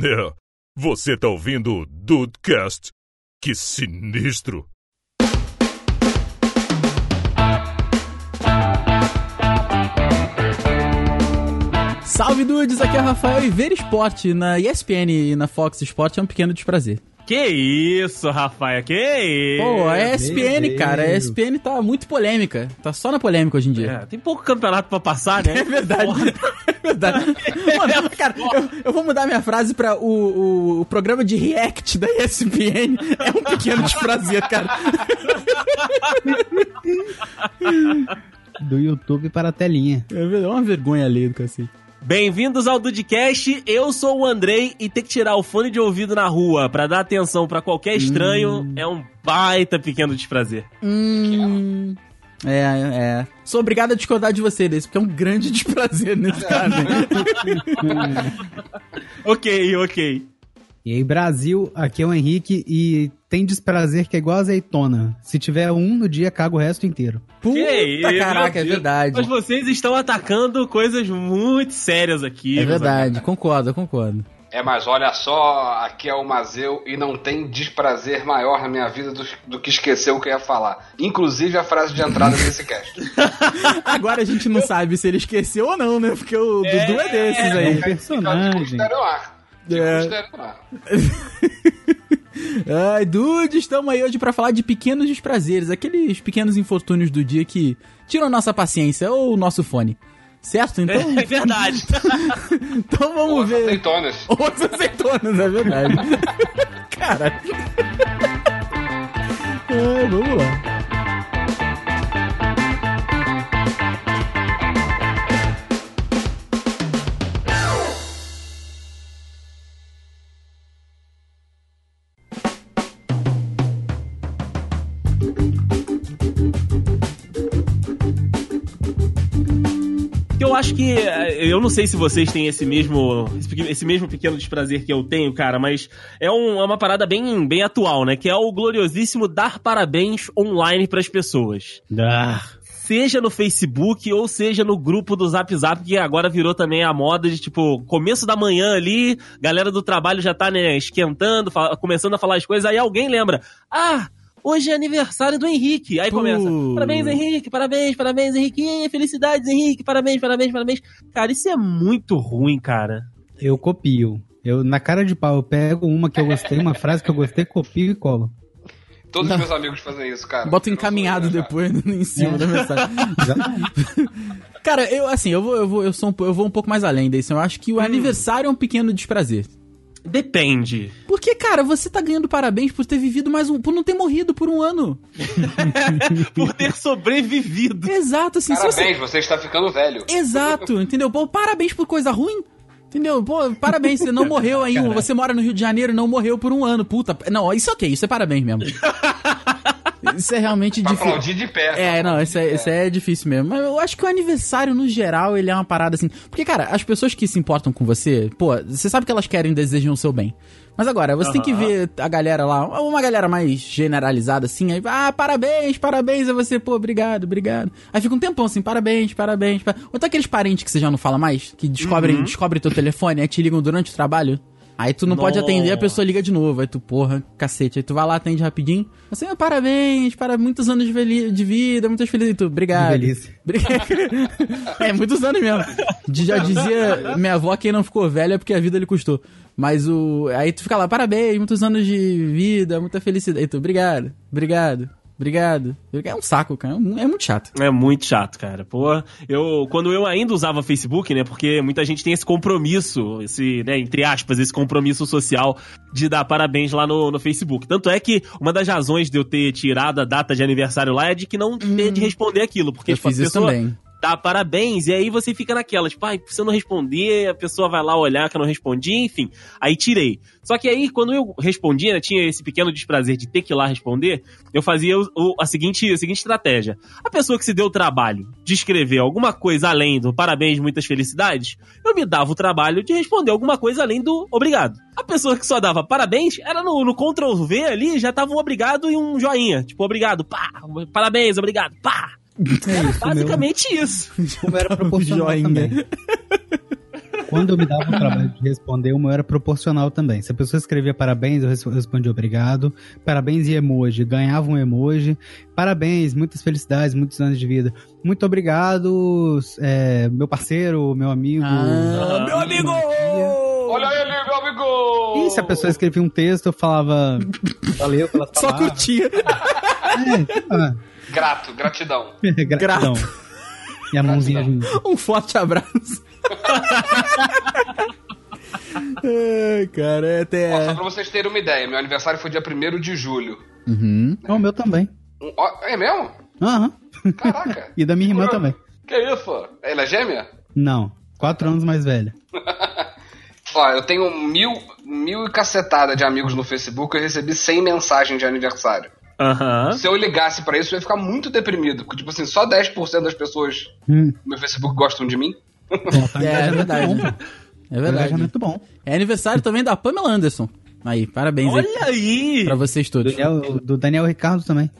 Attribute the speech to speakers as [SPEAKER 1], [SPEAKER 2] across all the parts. [SPEAKER 1] É, você tá ouvindo o Dudecast? Que sinistro!
[SPEAKER 2] Salve dudes, aqui é o Rafael e ver esporte na ESPN e na Fox Esporte é um pequeno desprazer.
[SPEAKER 3] Que isso, Rafael, que isso?
[SPEAKER 2] Pô, é. a ESPN, cara, a ESPN tá muito polêmica. Tá só na polêmica hoje em dia.
[SPEAKER 3] É, tem pouco campeonato pra passar, né?
[SPEAKER 2] É verdade. É verdade. Mano, cara, eu, eu vou mudar minha frase pra o, o, o programa de react da ESPN é um pequeno desprazer, cara.
[SPEAKER 4] do YouTube para a telinha.
[SPEAKER 2] É ver- é uma vergonha ali do cacete.
[SPEAKER 3] Bem-vindos ao Dudcast, eu sou o Andrei e ter que tirar o fone de ouvido na rua pra dar atenção pra qualquer estranho é um baita pequeno desprazer.
[SPEAKER 2] Hum. É, é. Sou obrigado a discordar de você desse, porque é um grande desprazer nesse cara. né?
[SPEAKER 3] Ok, ok.
[SPEAKER 4] E aí, Brasil, aqui é o Henrique e tem desprazer que é igual azeitona. Se tiver um no dia, caga o resto inteiro.
[SPEAKER 2] Puta
[SPEAKER 3] isso, meu
[SPEAKER 2] caraca, é
[SPEAKER 3] Deus.
[SPEAKER 2] verdade.
[SPEAKER 3] Mas vocês estão atacando coisas muito sérias aqui.
[SPEAKER 2] É
[SPEAKER 3] meus
[SPEAKER 2] verdade, concordo, concordo.
[SPEAKER 5] É, mas olha só, aqui é o Mazeu e não tem desprazer maior na minha vida do, do que esquecer o que eu ia falar. Inclusive a frase de entrada desse cast.
[SPEAKER 2] Agora a gente não sabe se ele esqueceu ou não, né? Porque o Dudu é desses
[SPEAKER 4] É um
[SPEAKER 2] aí.
[SPEAKER 4] personagem.
[SPEAKER 5] Fica no ar.
[SPEAKER 2] É.
[SPEAKER 5] Fica no ar.
[SPEAKER 2] Ai, Dudu, estamos aí hoje pra falar de pequenos desprazeres, aqueles pequenos infortúnios do dia que tiram nossa paciência ou o nosso fone. Certo? Então,
[SPEAKER 3] amigos. É verdade.
[SPEAKER 2] então vamos
[SPEAKER 5] Ou as
[SPEAKER 2] ver.
[SPEAKER 5] azeitonas.
[SPEAKER 2] Ou as azeitonas, é verdade. Caralho. É, vamos lá.
[SPEAKER 3] Que Eu acho que. eh, Eu não sei se vocês têm esse mesmo. esse pequ- Esse mesmo pequeno desprazer que eu tenho, cara, mas é, um- é uma parada bem, bem atual, né? Que é o gloriosíssimo dar parabéns online pras pessoas.
[SPEAKER 4] Ah,
[SPEAKER 3] Seja no Facebook ou seja no grupo do Zap Zap, que agora virou também a moda de, tipo, começo da manhã ali, galera do trabalho já tá, né, esquentando, fa- começando a falar as coisas, aí alguém lembra. Ah! Hoje é aniversário do Henrique. Aí começa.
[SPEAKER 2] Pô.
[SPEAKER 3] Parabéns, Henrique, parabéns, parabéns, Henrique. Felicidades, Henrique, parabéns, parabéns, parabéns. Cara, isso é muito ruim, cara.
[SPEAKER 4] Eu copio. Eu, na cara de pau, eu pego uma que eu gostei, uma frase que eu gostei, copio e colo.
[SPEAKER 5] Todos os meus amigos fazem isso, cara.
[SPEAKER 2] Bota
[SPEAKER 5] Eu não sou
[SPEAKER 2] encaminhado
[SPEAKER 5] eu, cara.
[SPEAKER 2] depois né, em cima da mensagem. Cara, eu assim, eu vou, eu vou, eu sou um, po- eu vou um pouco mais além disso. Eu acho que o aniversário é um pequeno desprazer.
[SPEAKER 3] Depende.
[SPEAKER 2] Porque, cara, você tá ganhando parabéns por ter vivido mais um. por não ter morrido por um ano.
[SPEAKER 3] Por ter sobrevivido.
[SPEAKER 2] Exato, assim, se você.
[SPEAKER 5] Parabéns, você está ficando velho.
[SPEAKER 2] Exato, entendeu? Pô, parabéns por coisa ruim. Entendeu? Pô, parabéns, você não morreu ainda. Você mora no Rio de Janeiro e não morreu por um ano, puta. Não, isso é ok, isso é parabéns mesmo. Isso é realmente
[SPEAKER 5] Pra
[SPEAKER 2] difícil.
[SPEAKER 5] aplaudir de pé.
[SPEAKER 2] É, não, isso é, isso é difícil mesmo. Mas eu acho que o aniversário, no geral, ele é uma parada assim. Porque, cara, as pessoas que se importam com você, pô, você sabe que elas querem e desejam o seu bem. Mas agora, você tem que
[SPEAKER 3] Aham.
[SPEAKER 2] ver a galera lá, uma galera mais generalizada, assim, aí, ah, parabéns, parabéns, aí você, pô, obrigado, obrigado. Aí fica um tempão assim, parabéns, parabéns. par- Ou então aqueles parentes que você já não fala mais, que descobrem, descobrem teu telefone, aí te ligam durante o trabalho. Aí tu não pode
[SPEAKER 3] Nossa.
[SPEAKER 2] atender, a pessoa liga de novo. Aí tu, porra, cacete. Aí tu vai lá, atende rapidinho. Assim, ah, parabéns, para muitos anos de veli- de vida, muitas felicidades. E tu, obrigado.
[SPEAKER 4] Delícia.
[SPEAKER 2] Bri- é, muitos anos mesmo. De- Já dizia minha avó, quem não ficou velho é porque a vida lhe custou. Mas o. Aí tu fica lá, parabéns, muitos anos de vida, muita felicidade. Aí tu, obrigado, obrigado, obrigado. É um saco, cara. É um- é muito chato.
[SPEAKER 3] É muito chato, cara. Pô, eu quando eu ainda usava Facebook, né? Porque muita gente tem esse compromisso, esse, né, entre aspas, esse compromisso social de dar parabéns lá no, no Facebook. Tanto é que uma das razões de eu ter tirado a data de aniversário lá é de que não ter de responder aquilo,
[SPEAKER 2] Uhum.
[SPEAKER 3] porque
[SPEAKER 2] Eu
[SPEAKER 3] tipo, a
[SPEAKER 2] fiz isso
[SPEAKER 3] pessoa
[SPEAKER 2] também.
[SPEAKER 3] dá parabéns e aí você fica naquela, tipo, ai, se eu não responder, a pessoa vai lá olhar que eu não respondi, enfim. Aí tirei. Só que aí quando eu respondia, né, tinha esse pequeno desprazer de ter que ir lá responder, eu fazia o- o- a seguinte, a seguinte estratégia. A pessoa que se deu o trabalho de escrever alguma coisa além do parabéns, muitas felicidades, eu me dava o trabalho de responder alguma coisa além do obrigado. A pessoa que só dava parabéns, era no, no Ctrl V ali, já tava um obrigado e um joinha. Tipo, obrigado, pá, parabéns, obrigado, pá.
[SPEAKER 4] É isso, meu.
[SPEAKER 3] Basicamente isso.
[SPEAKER 5] Tá um
[SPEAKER 4] Como era proporcional
[SPEAKER 2] Joinha.
[SPEAKER 4] também. Quando eu me dava o trabalho de responder, uma era proporcional também. Se a pessoa escrevia parabéns, eu res- respondia obrigado. Parabéns e emoji. Ganhava um emoji. Parabéns, muitas felicidades, muitos anos de vida. Muito obrigado, é, meu parceiro, meu amigo.
[SPEAKER 2] Ah, meu amigo!
[SPEAKER 5] Olha ele, meu amigo!
[SPEAKER 4] E se a pessoa escrevia um texto, eu falava. Valeu pela
[SPEAKER 2] Só
[SPEAKER 4] palavra.
[SPEAKER 2] curtia.
[SPEAKER 4] É,
[SPEAKER 5] Grato, gratidão.
[SPEAKER 4] ah, gratidão. E a mãozinha junto.
[SPEAKER 2] Um forte abraço. Ai, cara, é
[SPEAKER 5] Ó, só
[SPEAKER 2] até.
[SPEAKER 5] pra vocês terem uma ideia, meu aniversário foi dia 1 de julho.
[SPEAKER 2] Uhum.
[SPEAKER 4] É o meu também.
[SPEAKER 5] Um- ó, é mesmo?
[SPEAKER 4] Aham.
[SPEAKER 5] Caraca.
[SPEAKER 4] E da minha irmã também.
[SPEAKER 5] que isso? Ela é gêmea?
[SPEAKER 4] Não. Quatro anos mais velha.
[SPEAKER 5] Ó, eu tenho mil, mil e cacetada de amigos no Facebook e eu recebi 100 mensagens de aniversário.
[SPEAKER 3] Aham.
[SPEAKER 5] Se eu ligasse pra isso, eu ia ficar muito deprimido. Porque, tipo assim, só 10% das pessoas
[SPEAKER 4] Hum.
[SPEAKER 5] no meu Facebook gostam de mim.
[SPEAKER 4] Então, tá um
[SPEAKER 2] É, é verdade.
[SPEAKER 4] engajamento
[SPEAKER 2] É
[SPEAKER 4] bom. Um
[SPEAKER 2] verdade.
[SPEAKER 4] engajamento bom.
[SPEAKER 2] É aniversário também da Pamela Anderson. Aí, parabéns aí
[SPEAKER 3] Olha aí!
[SPEAKER 2] pra vocês todos.
[SPEAKER 4] Daniel- é do Daniel Ricardo também.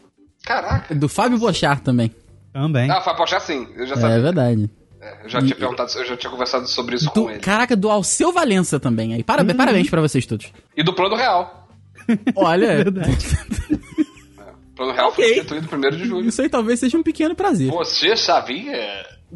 [SPEAKER 5] Caraca.
[SPEAKER 2] Do Fábio Bochar também.
[SPEAKER 4] Também.
[SPEAKER 5] Ah, Fábio Pochá sim, eu já
[SPEAKER 2] É
[SPEAKER 5] sabia.
[SPEAKER 2] verdade.
[SPEAKER 5] É, eu já tinha perguntado, eu já tinha conversado sobre isso
[SPEAKER 2] Do-
[SPEAKER 5] com ele.
[SPEAKER 2] caraca, do Alceu Valença também. Aí, parabéns, parabéns pra vocês todos.
[SPEAKER 5] E do Plano Real.
[SPEAKER 2] Olha,
[SPEAKER 5] O Plano Real
[SPEAKER 3] Ok.
[SPEAKER 5] foi instituído 1 de julho.
[SPEAKER 2] isso aí talvez seja um pequeno prazer.
[SPEAKER 5] Você sabia?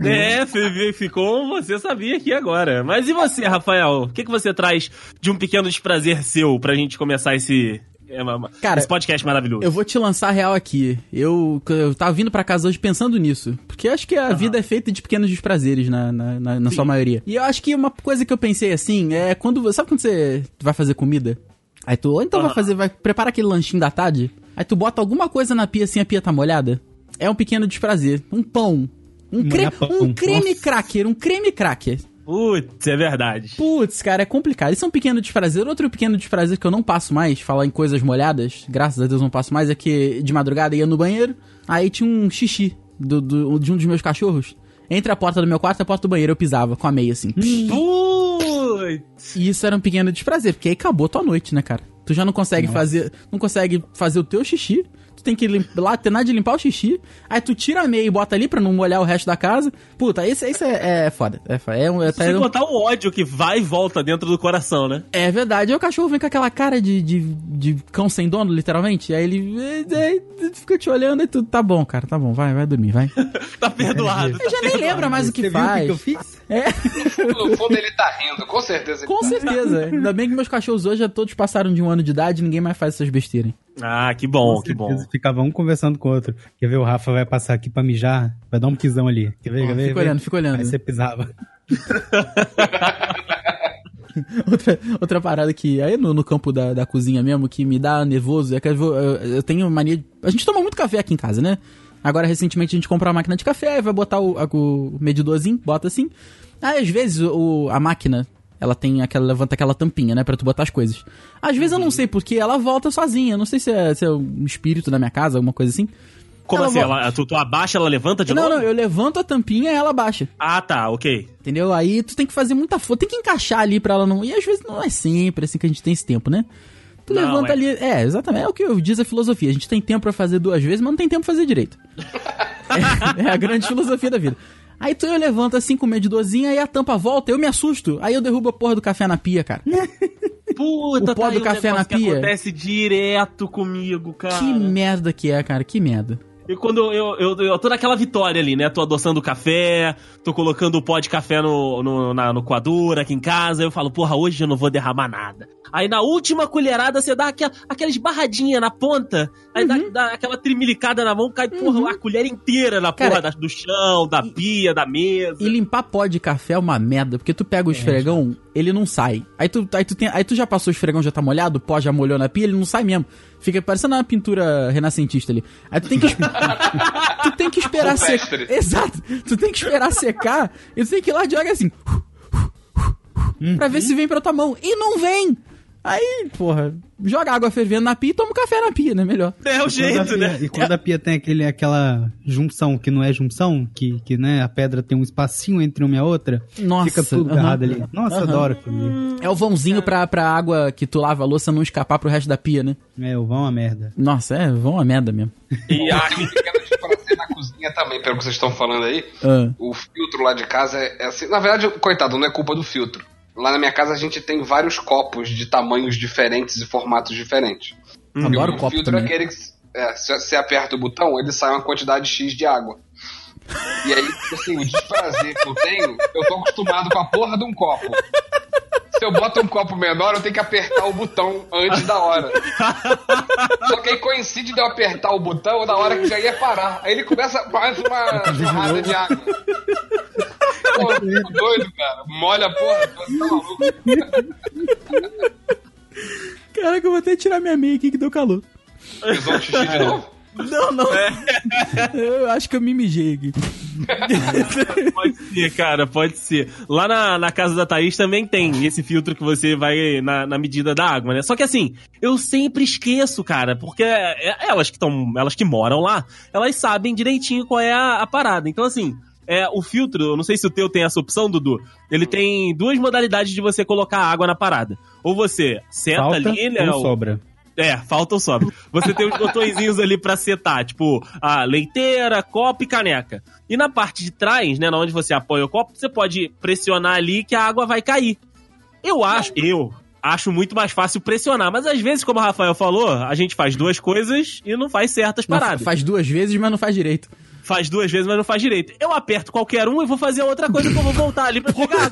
[SPEAKER 3] É, você vê- ficou, você sabia aqui agora. Mas e você, Rafael? O que, que você traz de um pequeno desprazer seu pra gente começar esse, é, ma- ma-
[SPEAKER 2] Cara,
[SPEAKER 3] esse podcast maravilhoso?
[SPEAKER 2] Eu vou te lançar a real aqui. Eu, eu tava vindo pra casa hoje pensando nisso. Porque eu acho que a vida é feita de pequenos desprazeres, na, na, na- na sua maioria. E eu acho que uma coisa que eu pensei assim é quando. você- Sabe quando você vai fazer comida? Aí tu, ou então vai fazer, vai preparar aquele lanchinho da tarde. Aí tu bota alguma coisa na pia assim, a pia tá molhada. É um pequeno desprazer. Um pão. Um, cre...
[SPEAKER 4] Molhar é pão,
[SPEAKER 2] um creme
[SPEAKER 4] nossa.
[SPEAKER 2] cracker, um creme cracker.
[SPEAKER 3] Putz, é verdade.
[SPEAKER 2] Putz, cara, é complicado. Isso é um pequeno desprazer. Outro pequeno desprazer que eu não passo mais, falar em coisas molhadas, graças a Deus não passo mais, é que de madrugada eu ia no banheiro, aí tinha um xixi do- do- de um dos meus cachorros. Entre a porta do meu quarto e a porta do banheiro eu pisava com a meia assim.
[SPEAKER 3] Putz!
[SPEAKER 2] E isso era um pequeno desprazer, porque aí acabou tua noite, né, cara? Tu já não consegue fazer. Não consegue fazer o teu xixi. Tu tem que lim- lá terminar de limpar o xixi. Aí tu tira a meia e bota ali pra não molhar o resto da casa. Puta, isso, isso é, é foda. É, foda. é, um- é,
[SPEAKER 3] Sem
[SPEAKER 2] é um-
[SPEAKER 3] contar o ódio que vai e volta dentro do coração, né?
[SPEAKER 2] é verdade, aí o cachorro vem com aquela cara de, de, de cão sem dono, literalmente. Aí ele eh, eh, eh, fica te olhando e tudo. Tá bom, cara, tá bom, vai, vai dormir, vai. Ele
[SPEAKER 3] Tá perdoado. tá
[SPEAKER 2] já nem lembra mais o que
[SPEAKER 4] Você viu o que
[SPEAKER 2] faz.
[SPEAKER 4] que eu fiz?
[SPEAKER 2] É,
[SPEAKER 5] No fundo ele tá rindo, com certeza. ele
[SPEAKER 2] com
[SPEAKER 5] tá.
[SPEAKER 2] certeza. Ainda bem que meus cachorros hoje já todos passaram de um ano de idade e ninguém mais faz essas besteiras. hein?
[SPEAKER 3] Ah, que bom, que bom.
[SPEAKER 4] Eles ficavam um conversando com o outro. Quer ver, o Rafa vai passar aqui pra mijar, vai dar um pisão ali. Quer ver, quer ver?
[SPEAKER 2] Fica
[SPEAKER 4] quer ver?
[SPEAKER 2] olhando, fica olhando.
[SPEAKER 4] Aí você pisava.
[SPEAKER 2] Outra, outra parada que aí no, no campo da, da cozinha mesmo, que me dá nervoso, é que eu, vou- eu, eu tenho mania. de- A gente toma muito café aqui em casa, né? Agora, recentemente, a gente comprou uma máquina de café, aí vai botar o, a- o medidorzinho, bota assim. Aí, às vezes, o, a máquina, ela tem aquela, levanta aquela tampinha, né, pra tu botar as coisas. Às vezes, eu não sei porque ela volta sozinha, eu não sei se é, se é um espírito da minha casa, alguma coisa assim.
[SPEAKER 3] Como
[SPEAKER 2] Ela
[SPEAKER 3] assim?
[SPEAKER 2] volta.
[SPEAKER 3] Ela, tu, tu abaixa, ela levanta de
[SPEAKER 2] Não,
[SPEAKER 3] novo?
[SPEAKER 2] não, eu levanto a tampinha e ela baixa.
[SPEAKER 3] Ah, tá, ok.
[SPEAKER 2] Entendeu? Aí tu tem que fazer muita força, tem que encaixar ali pra ela não. E às vezes não é sempre assim que a gente tem esse tempo, né? Tu
[SPEAKER 3] Não,
[SPEAKER 2] levanta
[SPEAKER 3] é.
[SPEAKER 2] ali. É, exatamente. É o que eu- diz a filosofia. A gente tem tempo pra fazer duas vezes, mas não tem tempo pra fazer direito. é, é a grande filosofia da vida. Aí tu eu levanto assim com o medidorzinho, aí a tampa volta, eu me assusto. Aí eu derrubo a porra do café na pia, cara.
[SPEAKER 3] Puta,
[SPEAKER 2] O pó
[SPEAKER 3] tá aí
[SPEAKER 2] do
[SPEAKER 3] um
[SPEAKER 2] café
[SPEAKER 3] negócio
[SPEAKER 2] na
[SPEAKER 3] que
[SPEAKER 2] pia?
[SPEAKER 3] acontece direto comigo, cara.
[SPEAKER 2] Que merda que é, cara. Que merda.
[SPEAKER 3] E quando eu, eu, eu tô naquela vitória ali, né? Tô adoçando o café, tô colocando o pó de café no, no, na, no coador aqui em casa. Eu falo, porra, hoje eu não vou derramar nada. Aí na última colherada você dá aquela, aquela esbarradinha na ponta, aí dá,
[SPEAKER 2] Uhum.
[SPEAKER 3] dá aquela trimilicada na mão, cai porra, a colher inteira na
[SPEAKER 2] Cara,
[SPEAKER 3] porra da- do chão, da pia, da mesa.
[SPEAKER 2] E limpar pó de café é uma merda, porque tu pega o esfregão, ele não sai. Aí tu, aí, tu tem, aí tu já passou o esfregão, já tá molhado, o pó já molhou na pia, ele não sai mesmo. Fica parecendo uma pintura renascentista ali. Aí tu tem que, es- tu tem que esperar
[SPEAKER 5] Rupestre.
[SPEAKER 2] secar. Exato. Tu tem que esperar secar e tu tem que ir lá de joga assim. pra ver se vem pra tua mão. E não vem! Aí, porra, joga água fervendo na pia e toma um café na pia, né? Melhor.
[SPEAKER 3] É o
[SPEAKER 4] Quando a
[SPEAKER 2] assim,
[SPEAKER 3] jeito,
[SPEAKER 4] pia-
[SPEAKER 3] né?
[SPEAKER 4] E quando a pia tem aquele, aquela junção que não é junção, que, que né, a pedra tem um espacinho entre uma e a outra,
[SPEAKER 2] Nossa.
[SPEAKER 4] fica tudo
[SPEAKER 2] aham.
[SPEAKER 4] agarrado ali. Nossa,
[SPEAKER 2] Aham.
[SPEAKER 4] adoro aquilo.
[SPEAKER 2] É o vãozinho pra, pra água que tu lava a louça não escapar pro resto da pia, né?
[SPEAKER 4] É, o vão a merda.
[SPEAKER 2] Nossa, é, vão a merda mesmo.
[SPEAKER 5] E acho que um pequeno desprazer na cozinha também, pelo que vocês estão falando aí.
[SPEAKER 2] Ah,
[SPEAKER 5] O filtro lá de casa é, é assim. Na verdade, coitado, não é culpa do filtro. Lá na minha casa a gente tem vários copos de tamanhos diferentes e formatos diferentes.
[SPEAKER 2] adoro
[SPEAKER 5] e o
[SPEAKER 2] copo
[SPEAKER 5] filtro é
[SPEAKER 2] também.
[SPEAKER 5] aquele que é, se você aperta o botão, ele sai uma quantidade X de água. E aí, assim, o desprazer que eu tenho, eu tô acostumado com a porra de um copo. Se eu boto um copo menor, eu tenho que apertar o botão antes da hora. Só que aí coincide de eu apertar o botão na hora que já ia parar. Aí ele começa mais uma jorrada de água. Pô, eu fico doido, cara. Molha a porra, você tá maluco.
[SPEAKER 2] Caraca, eu vou até tirar minha meia aqui que deu calor.
[SPEAKER 5] Fez um xixi
[SPEAKER 2] É.
[SPEAKER 5] de novo?
[SPEAKER 2] Não, não. Eu acho que eu me mijei aqui.
[SPEAKER 3] Pode ser, cara, pode ser. Lá na, na casa da Thaís também tem esse filtro que você vai na, na medida da água, né? Só que assim, eu sempre esqueço, cara, porque é- elas que estão. Elas que moram lá, elas sabem direitinho qual é a, a parada. Então, assim. É, o filtro, eu não sei se o teu tem essa opção, Dudu. Ele tem duas modalidades de você colocar água na parada. Ou você seta
[SPEAKER 4] Falta um
[SPEAKER 3] ali, né?
[SPEAKER 4] ou
[SPEAKER 3] o-
[SPEAKER 4] sobra.
[SPEAKER 3] é, falta ou sobe. Você tem os botõezinhos ali pra setar, tipo, a leiteira, copo e caneca. E na parte de trás, né, na onde você apoia o copo, você pode pressionar ali que a água vai cair. Eu acho, eu acho muito mais fácil pressionar, mas às vezes, como o Rafael falou, a gente faz duas coisas e não faz certas
[SPEAKER 2] Não,
[SPEAKER 3] paradas.
[SPEAKER 2] faz duas vezes, mas não faz direito.
[SPEAKER 3] Faz duas vezes, mas não faz direito. Eu aperto qualquer um e vou fazer outra coisa que eu vou voltar ali pra pegar.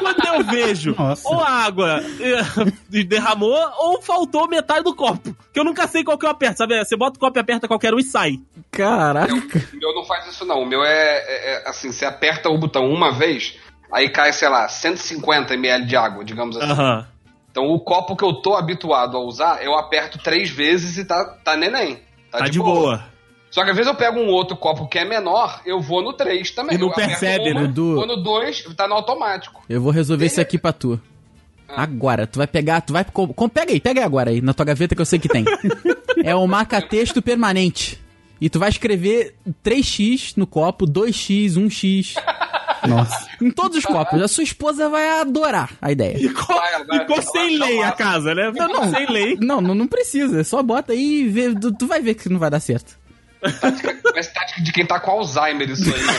[SPEAKER 3] Quando eu vejo
[SPEAKER 4] Nossa.
[SPEAKER 3] ou a água eh, derramou ou faltou metade do copo. Que eu nunca sei qual que eu aperto, sabe? Você bota o copo e aperta qualquer um e sai.
[SPEAKER 2] Caraca.
[SPEAKER 5] O meu não faz isso, não. O meu é, é- é, assim: você aperta o botão uma vez, aí cai, sei lá, 150 ml de água, digamos assim.
[SPEAKER 3] Aham.
[SPEAKER 5] Então o copo que eu tô habituado a usar, eu aperto três vezes e tá, tá neném. Tá,
[SPEAKER 3] Tá, de boa.
[SPEAKER 5] Só que às vezes eu pego um outro copo que é menor, eu vou no três também.
[SPEAKER 3] E não
[SPEAKER 5] Eu aperto
[SPEAKER 3] percebe,
[SPEAKER 5] uma,
[SPEAKER 2] né? Du-
[SPEAKER 5] Vou no dois, tá no automático.
[SPEAKER 2] Eu vou resolver isso aqui pra tu. Ah. Agora, tu vai pegar, tu vai. com- com- Pega aí, pega aí agora aí, na tua gaveta que eu sei que tem. é um marca-texto permanente. E tu vai escrever 3x no copo, 2x, 1x.
[SPEAKER 4] Nossa.
[SPEAKER 2] Em todos os copos. A sua esposa vai adorar a ideia.
[SPEAKER 3] Ficou,
[SPEAKER 5] Vai, vai,
[SPEAKER 3] ficou
[SPEAKER 5] vai,
[SPEAKER 3] sem
[SPEAKER 5] vai,
[SPEAKER 3] lei
[SPEAKER 5] vai.
[SPEAKER 3] a casa, né? Ficou sem lei.
[SPEAKER 2] Não, não, não precisa. Só bota aí e vê. Tu, tu vai ver que não vai dar certo.
[SPEAKER 5] Parece tática de quem tá com Alzheimer isso aí. Né?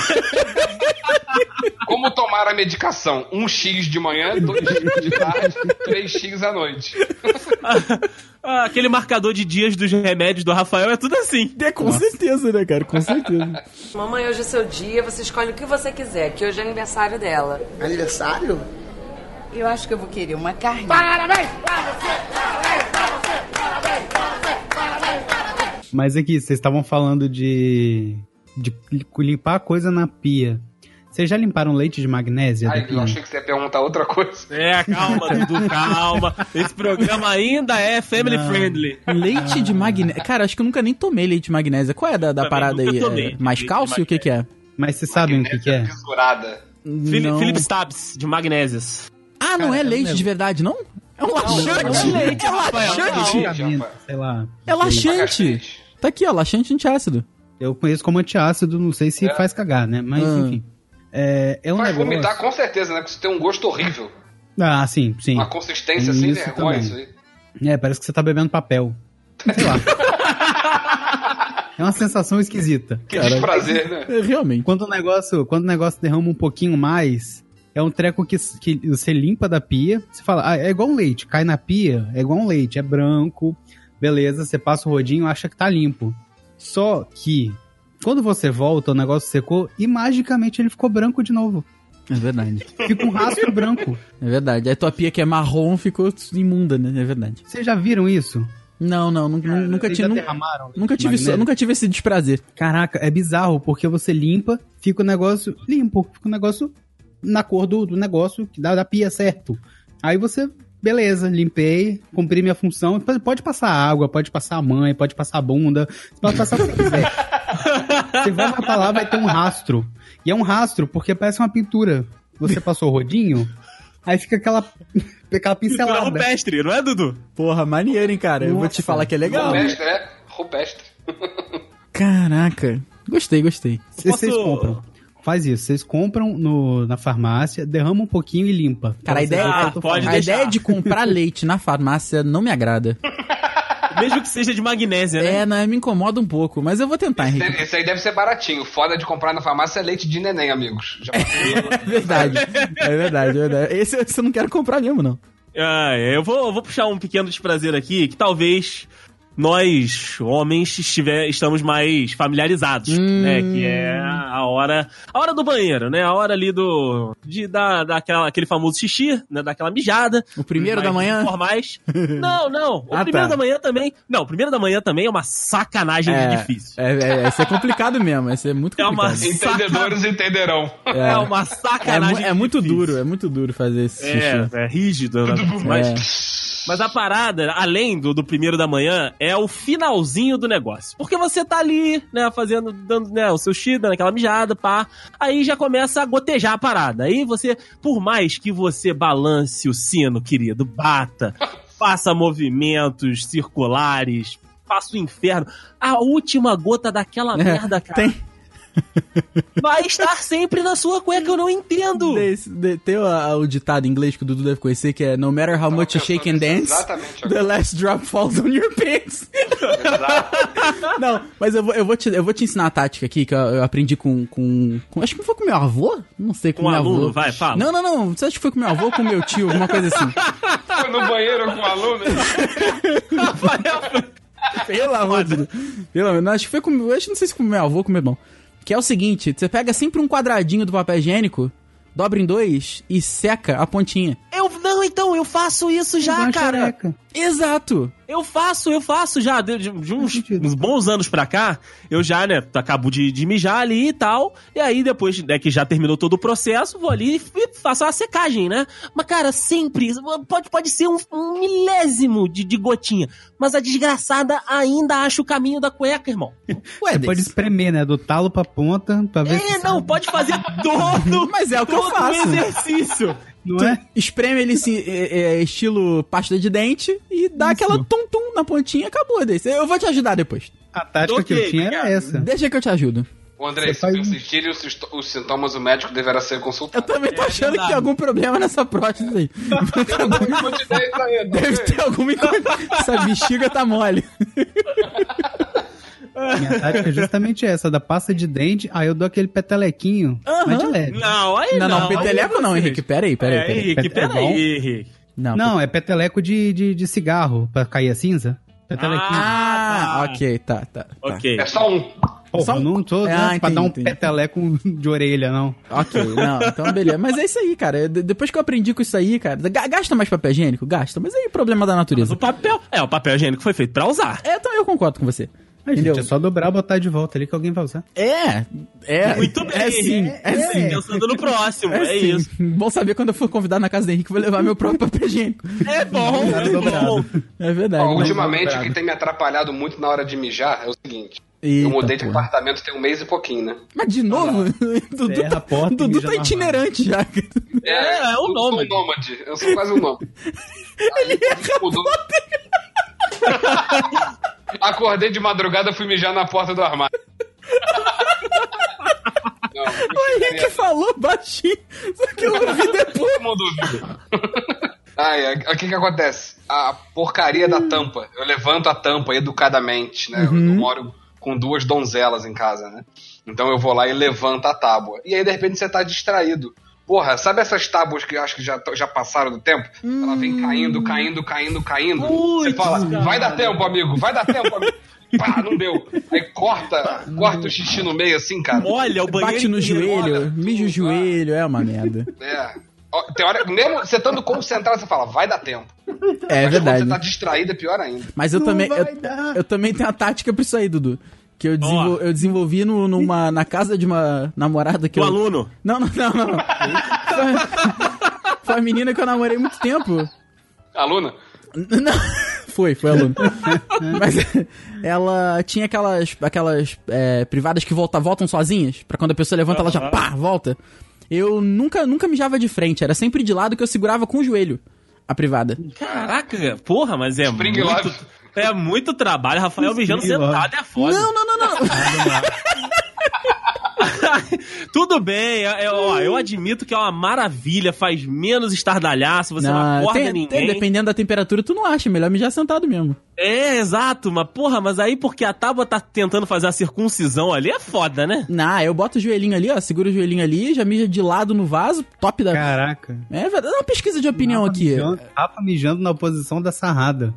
[SPEAKER 5] Como tomar a medicação? Um X de manhã, dois X de tarde, três X à noite.
[SPEAKER 3] Ah, aquele marcador de dias dos remédios do Rafael é tudo assim.
[SPEAKER 2] É, com certeza, né, cara? Com certeza.
[SPEAKER 6] Mamãe, hoje é seu dia, você escolhe o que você quiser, que hoje é aniversário dela.
[SPEAKER 7] Aniversário?
[SPEAKER 6] Eu acho que eu vou querer uma carne.
[SPEAKER 4] Mas aqui, vocês estavam falando de, de limpar a coisa na pia. Vocês já limparam leite de magnésia?
[SPEAKER 5] Ai,
[SPEAKER 4] da
[SPEAKER 5] eu
[SPEAKER 4] pia?
[SPEAKER 5] achei que você ia perguntar outra coisa.
[SPEAKER 3] É, calma, Dudu, calma. Esse programa ainda é family friendly.
[SPEAKER 2] Leite de magnésia. Cara, acho que eu nunca nem tomei leite de magnésia. Qual é da, da
[SPEAKER 3] Também
[SPEAKER 2] parada
[SPEAKER 3] nunca
[SPEAKER 2] aí?
[SPEAKER 3] tomei
[SPEAKER 2] É mais
[SPEAKER 3] leite de
[SPEAKER 2] cálcio? O que que é?
[SPEAKER 4] Mas vocês sabem o que, que é?
[SPEAKER 5] Tesourada.
[SPEAKER 3] Fili-
[SPEAKER 2] Não.
[SPEAKER 3] Philip Stabs, de magnésias.
[SPEAKER 2] Ah, não é leite de verdade, não? É um laxante.
[SPEAKER 3] não é
[SPEAKER 2] É laxante.
[SPEAKER 5] Não,
[SPEAKER 4] Vitamina,
[SPEAKER 5] rapaz.
[SPEAKER 4] sei lá.
[SPEAKER 2] É laxante.
[SPEAKER 4] É
[SPEAKER 5] Abacaxi.
[SPEAKER 2] Tá aqui, ó, laxante antiácido.
[SPEAKER 4] Eu conheço como antiácido, não sei se
[SPEAKER 5] É.
[SPEAKER 4] faz cagar, né? Mas
[SPEAKER 2] Ah.
[SPEAKER 4] enfim. É, é um
[SPEAKER 5] Vai
[SPEAKER 4] negócio.
[SPEAKER 5] vomitar com certeza, né? Porque isso tem um gosto horrível.
[SPEAKER 4] Ah, sim, sim.
[SPEAKER 5] Uma consistência assim,
[SPEAKER 4] Isso
[SPEAKER 5] vergonha
[SPEAKER 4] também.
[SPEAKER 5] isso aí.
[SPEAKER 4] É, parece que você tá bebendo papel. Sei lá. é uma sensação esquisita.
[SPEAKER 5] Que desprazer, né?
[SPEAKER 2] É, realmente.
[SPEAKER 4] Quando o negócio, quando o negócio derrama um pouquinho mais, é um treco que, que você limpa da pia, você fala, ah, é igual um leite, cai na pia, é igual um leite, é branco, beleza, você passa o rodinho, acha que tá limpo. Só que quando você volta, o negócio secou e magicamente ele ficou branco de novo.
[SPEAKER 2] É verdade.
[SPEAKER 4] Fica um rastro branco.
[SPEAKER 2] É verdade. Aí tua pia que é marrom ficou imunda, né? É verdade.
[SPEAKER 4] Vocês já viram isso?
[SPEAKER 2] Não, não, nunca, nunca,
[SPEAKER 4] Vocês
[SPEAKER 2] tive,
[SPEAKER 3] tá
[SPEAKER 4] já
[SPEAKER 2] nunca,
[SPEAKER 4] derramaram leite
[SPEAKER 2] nunca tive isso,
[SPEAKER 4] magnésio?
[SPEAKER 2] nunca tive esse desprazer.
[SPEAKER 4] Caraca, é bizarro, porque você limpa, fica o negócio limpo, fica o negócio na cor do, do negócio que dá da pia certo. Aí você, beleza, limpei, cumpri minha função. P- Pode passar água, pode passar a mãe, pode passar a bunda, você pode passar o que você quiser. Você vai voltar lá, vai ter um rastro. E é um rastro porque parece uma pintura. Você passou o rodinho, aí fica aquela, aquela
[SPEAKER 3] Pintura
[SPEAKER 4] pincelada.
[SPEAKER 3] rupestre, não é, Dudu?
[SPEAKER 2] Porra, maneiro, hein, cara? Eu vou te
[SPEAKER 4] Nossa.
[SPEAKER 2] falar que é legal.
[SPEAKER 5] Rupestre, é. Rupestre.
[SPEAKER 2] Caraca. Gostei, gostei.
[SPEAKER 4] Se vocês
[SPEAKER 3] Posso-
[SPEAKER 4] compram. Faz isso, vocês compram no, na farmácia, derrama um pouquinho e limpa.
[SPEAKER 2] Cara, a
[SPEAKER 4] Pra você
[SPEAKER 2] ideia, é
[SPEAKER 4] ver o que eu
[SPEAKER 3] Ah,
[SPEAKER 4] tô
[SPEAKER 3] pode
[SPEAKER 2] a
[SPEAKER 3] deixar.
[SPEAKER 2] ideia de comprar leite na farmácia não me agrada.
[SPEAKER 3] Mesmo que seja de magnésia, né?
[SPEAKER 2] É, não, me incomoda um pouco, mas eu vou tentar, Henrique.
[SPEAKER 5] Deve- Esse aí deve ser baratinho. Foda de comprar na farmácia é leite de neném, amigos. Já
[SPEAKER 2] É verdade. É verdade, é verdade. Esse, esse eu não quero comprar mesmo, não.
[SPEAKER 3] Ah, é, eu vou, eu vou puxar um pequeno desprazer aqui, que talvez nós, homens, estiver, estamos mais familiarizados,
[SPEAKER 2] Hum.
[SPEAKER 3] né? Que é a hora, a hora do banheiro, né? A hora ali do... de dar, dar aquela- aquele famoso xixi, né? Daquela mijada.
[SPEAKER 2] O primeiro
[SPEAKER 3] Mais
[SPEAKER 2] da manhã?
[SPEAKER 3] Formais. Não, não. O
[SPEAKER 2] Ah,
[SPEAKER 3] primeiro
[SPEAKER 2] tá.
[SPEAKER 3] da manhã também... Não, o primeiro da manhã também é uma sacanagem de difícil.
[SPEAKER 2] É, é, é, isso é complicado mesmo, isso é muito
[SPEAKER 3] É uma-
[SPEAKER 2] complicado.
[SPEAKER 5] Entendedores entenderão.
[SPEAKER 3] É,
[SPEAKER 2] É,
[SPEAKER 3] uma
[SPEAKER 2] mu-
[SPEAKER 3] sacanagem.
[SPEAKER 2] é muito
[SPEAKER 3] difícil.
[SPEAKER 2] duro, é muito duro fazer esse
[SPEAKER 3] É,
[SPEAKER 2] xixi.
[SPEAKER 3] é rígido. né? Mas, mas a parada, além do, do primeiro da manhã, é o finalzinho do negócio. Porque você tá ali, né, fazendo, dando né, o seu xixi, dando aquela mijada, pá. Aí já começa a gotejar a parada. Aí você, por mais que você balance o sino, querido, bata, faça movimentos circulares, faça o inferno. A última gota daquela
[SPEAKER 2] É,
[SPEAKER 3] merda, cara,
[SPEAKER 2] Tem,
[SPEAKER 3] vai estar sempre na sua cueca, eu não entendo.
[SPEAKER 2] desse- de- tem o, o ditado em inglês que o Dudu deve conhecer, que é No matter how much you shake and dance,
[SPEAKER 5] Exatamente.
[SPEAKER 2] the last drop falls on your pants. Não, mas eu vou, eu, vou te, eu vou te ensinar a tática aqui que eu, eu aprendi com, com, com- Acho que foi com meu avô? Não sei, com,
[SPEAKER 3] Com um
[SPEAKER 2] meu
[SPEAKER 3] aluno,
[SPEAKER 2] avô.
[SPEAKER 3] vai, fala.
[SPEAKER 2] Não, não, não. Você acha que foi com meu avô ou com meu tio? Alguma coisa assim.
[SPEAKER 5] Foi no banheiro com o aluno.
[SPEAKER 2] Pelo amor de Deus. Pelo amor. não, Acho que foi com. Acho que não sei se com meu avô ou com meu irmão. Que é o seguinte: você pega sempre um quadradinho do papel higiênico, dobra em dois e seca a pontinha.
[SPEAKER 3] Eu não, então, eu faço isso já, cara.
[SPEAKER 2] né? Exato!
[SPEAKER 3] Eu faço, eu faço já. De, de- de uns,
[SPEAKER 4] sentido.
[SPEAKER 3] uns bons anos pra cá, eu já, né, acabo de, de mijar ali e tal. E aí, depois né, que já terminou todo o processo, vou ali e faço uma secagem, né? Mas, cara, sempre. Pode, pode ser um, um milésimo de, de gotinha. Mas a desgraçada ainda acha o caminho da cueca, irmão.
[SPEAKER 2] Ué,
[SPEAKER 4] Você pode
[SPEAKER 2] Dex,
[SPEAKER 4] espremer, né? Do talo pra ponta, pra ver
[SPEAKER 3] É,
[SPEAKER 4] se
[SPEAKER 3] não, pode fazer todo.
[SPEAKER 2] Mas é o que eu
[SPEAKER 3] todo
[SPEAKER 2] faço.
[SPEAKER 3] exercício.
[SPEAKER 4] não é?
[SPEAKER 2] espreme ele assim, é- é estilo pasta de dente e dá aquela tum-tum na pontinha e acabou desse. Eu vou te ajudar depois.
[SPEAKER 4] A tática que
[SPEAKER 3] Ok,
[SPEAKER 4] eu tinha era
[SPEAKER 3] obrigado.
[SPEAKER 4] essa.
[SPEAKER 2] Deixa que eu te ajudo.
[SPEAKER 5] O André,
[SPEAKER 4] Você
[SPEAKER 5] se
[SPEAKER 4] faz- um-
[SPEAKER 5] persistirem os, sist- os sintomas, o médico deverá ser
[SPEAKER 2] Eu
[SPEAKER 5] consultado.
[SPEAKER 2] também tô achando que
[SPEAKER 3] verdade.
[SPEAKER 2] tem algum problema nessa prótese aí.
[SPEAKER 5] Continue tá aí, André.
[SPEAKER 2] Deve ter alguma inco- Essa bexiga tá mole.
[SPEAKER 4] Minha tática é justamente essa, da pasta de dente, aí eu dou aquele petelequinho, mas de
[SPEAKER 2] Aham.
[SPEAKER 4] leve.
[SPEAKER 3] Não, aí
[SPEAKER 2] Não,
[SPEAKER 3] não.
[SPEAKER 2] não, peteleco não,
[SPEAKER 3] aí
[SPEAKER 2] Henrique. Pera aí, pera aí.
[SPEAKER 3] É,
[SPEAKER 2] Pera aí.
[SPEAKER 3] Henrique,
[SPEAKER 4] pera- é
[SPEAKER 3] peraí,
[SPEAKER 4] bom.
[SPEAKER 3] Henrique.
[SPEAKER 2] Não,
[SPEAKER 4] Não, é peteleco de, de, de cigarro, pra cair a cinza. Petelequinho.
[SPEAKER 2] Ah,
[SPEAKER 3] tá.
[SPEAKER 2] ok, tá, tá. tá.
[SPEAKER 3] Ok.
[SPEAKER 5] É só um.
[SPEAKER 4] Porra,
[SPEAKER 2] só-
[SPEAKER 4] eu não tô
[SPEAKER 2] Ah,
[SPEAKER 4] né, pra
[SPEAKER 2] entendi,
[SPEAKER 4] dar um
[SPEAKER 2] entendi.
[SPEAKER 4] peteleco de orelha, não.
[SPEAKER 2] Ok, não, então beleza. Mas é isso aí, cara. Eu- de- Depois que eu aprendi com isso aí, cara, ga- gasta mais papel higiênico? Gasta, mas aí é problema da
[SPEAKER 3] Mas o
[SPEAKER 2] natureza.
[SPEAKER 3] papel. É, o papel higiênico foi feito pra usar.
[SPEAKER 2] É, então eu concordo com você.
[SPEAKER 4] Ai, gente,
[SPEAKER 2] Entendeu?
[SPEAKER 4] é só dobrar e botar de volta ali que alguém vai usar.
[SPEAKER 2] É, é.
[SPEAKER 3] Muito bem.
[SPEAKER 2] É sim, é, sim.
[SPEAKER 3] Pensando no próximo, é,
[SPEAKER 2] É, sim.
[SPEAKER 3] isso.
[SPEAKER 2] Bom saber quando eu for convidado na casa do Henrique, eu vou levar meu próprio papel higiênico.
[SPEAKER 3] É bom, é bom.
[SPEAKER 2] É verdade.
[SPEAKER 5] Ó,
[SPEAKER 2] mas-
[SPEAKER 5] ultimamente, o que tem me atrapalhado muito na hora de mijar é o seguinte.
[SPEAKER 2] Eita,
[SPEAKER 5] eu mudei de
[SPEAKER 2] porra.
[SPEAKER 5] apartamento tem um mês e pouquinho, né?
[SPEAKER 2] Mas de novo, Dudu
[SPEAKER 4] Ferra
[SPEAKER 2] tá,
[SPEAKER 4] a porta e
[SPEAKER 2] Dudu
[SPEAKER 4] mija
[SPEAKER 2] tá
[SPEAKER 4] no armário.
[SPEAKER 2] itinerante já.
[SPEAKER 3] É, é um
[SPEAKER 5] eu sou
[SPEAKER 3] nômade.
[SPEAKER 5] um nômade. Eu sou quase um nômade. Ele mudou. Acordei de madrugada, fui mijar na porta do armário. Não,
[SPEAKER 2] O Henrique falou baixinho, só que eu ouvi depois.
[SPEAKER 5] todo mundo ouviu. Ai, ai, o que que acontece? A porcaria da tampa. Eu levanto a tampa educadamente, né? Eu- Eu moro com duas donzelas em casa, né? Então eu vou lá e levanto a tábua. E aí, de repente, você tá distraído. Porra, sabe essas tábuas que eu acho que já, to- já passaram do tempo? Ela vem caindo, caindo, caindo, caindo. você fala, vai dar tempo, amigo, vai dar tempo, amigo. Pá, não deu. Aí corta, corta o xixi no meio assim, cara.
[SPEAKER 3] Olha, o banheiro.
[SPEAKER 2] Bate no
[SPEAKER 3] inteiro,
[SPEAKER 2] joelho,
[SPEAKER 5] olha,
[SPEAKER 2] mija o
[SPEAKER 5] tudo,
[SPEAKER 2] joelho, é uma merda.
[SPEAKER 5] É. Ó, Tem hora, mesmo você estando concentrado, você fala, vai dar tempo.
[SPEAKER 2] É
[SPEAKER 5] Mas
[SPEAKER 2] verdade. né?
[SPEAKER 5] quando você tá distraído, é pior ainda.
[SPEAKER 2] Mas eu
[SPEAKER 4] Não
[SPEAKER 2] também.
[SPEAKER 4] vai
[SPEAKER 2] Eu,
[SPEAKER 4] dar.
[SPEAKER 2] eu também tenho a tática pra isso aí, Dudu. Que eu, desenvol- eu desenvolvi no- numa, na casa de uma namorada que
[SPEAKER 3] O
[SPEAKER 2] eu.
[SPEAKER 3] aluno.
[SPEAKER 2] Não, não, não, não. foi, foi a menina que eu namorei muito tempo.
[SPEAKER 5] Aluna,
[SPEAKER 2] Não. Foi, foi aluno. Mas ela tinha aquelas, aquelas é, privadas que volta, voltam sozinhas, pra quando a pessoa levanta, ela já pá, volta. Eu nunca, nunca mijava de frente, era sempre de lado que eu segurava com o joelho a privada.
[SPEAKER 3] Caraca, porra, mas é muito.
[SPEAKER 5] Spring Love.
[SPEAKER 3] É muito trabalho. Rafael mijando é
[SPEAKER 4] Spring Love.
[SPEAKER 3] sentado é foda.
[SPEAKER 2] Não, não, não, não.
[SPEAKER 3] Tudo bem, é- é- ó, eu admito que é uma maravilha, faz menos estardalhaço, você não, acorda
[SPEAKER 2] tem-
[SPEAKER 3] ninguém.
[SPEAKER 2] tem- dependendo da temperatura, tu não acha. Melhor mijar sentado mesmo.
[SPEAKER 3] É, exato, mas porra, mas aí porque a tábua tá tentando fazer a circuncisão ali é foda, né?
[SPEAKER 2] Não, eu boto o joelhinho ali, ó. Seguro o joelhinho ali, já mija de lado no vaso. Top da.
[SPEAKER 4] Caraca.
[SPEAKER 2] É verdade. Dá uma pesquisa de opinião
[SPEAKER 4] Rafa
[SPEAKER 2] aqui.
[SPEAKER 4] mijando- Rafa mijando na posição da sarrada.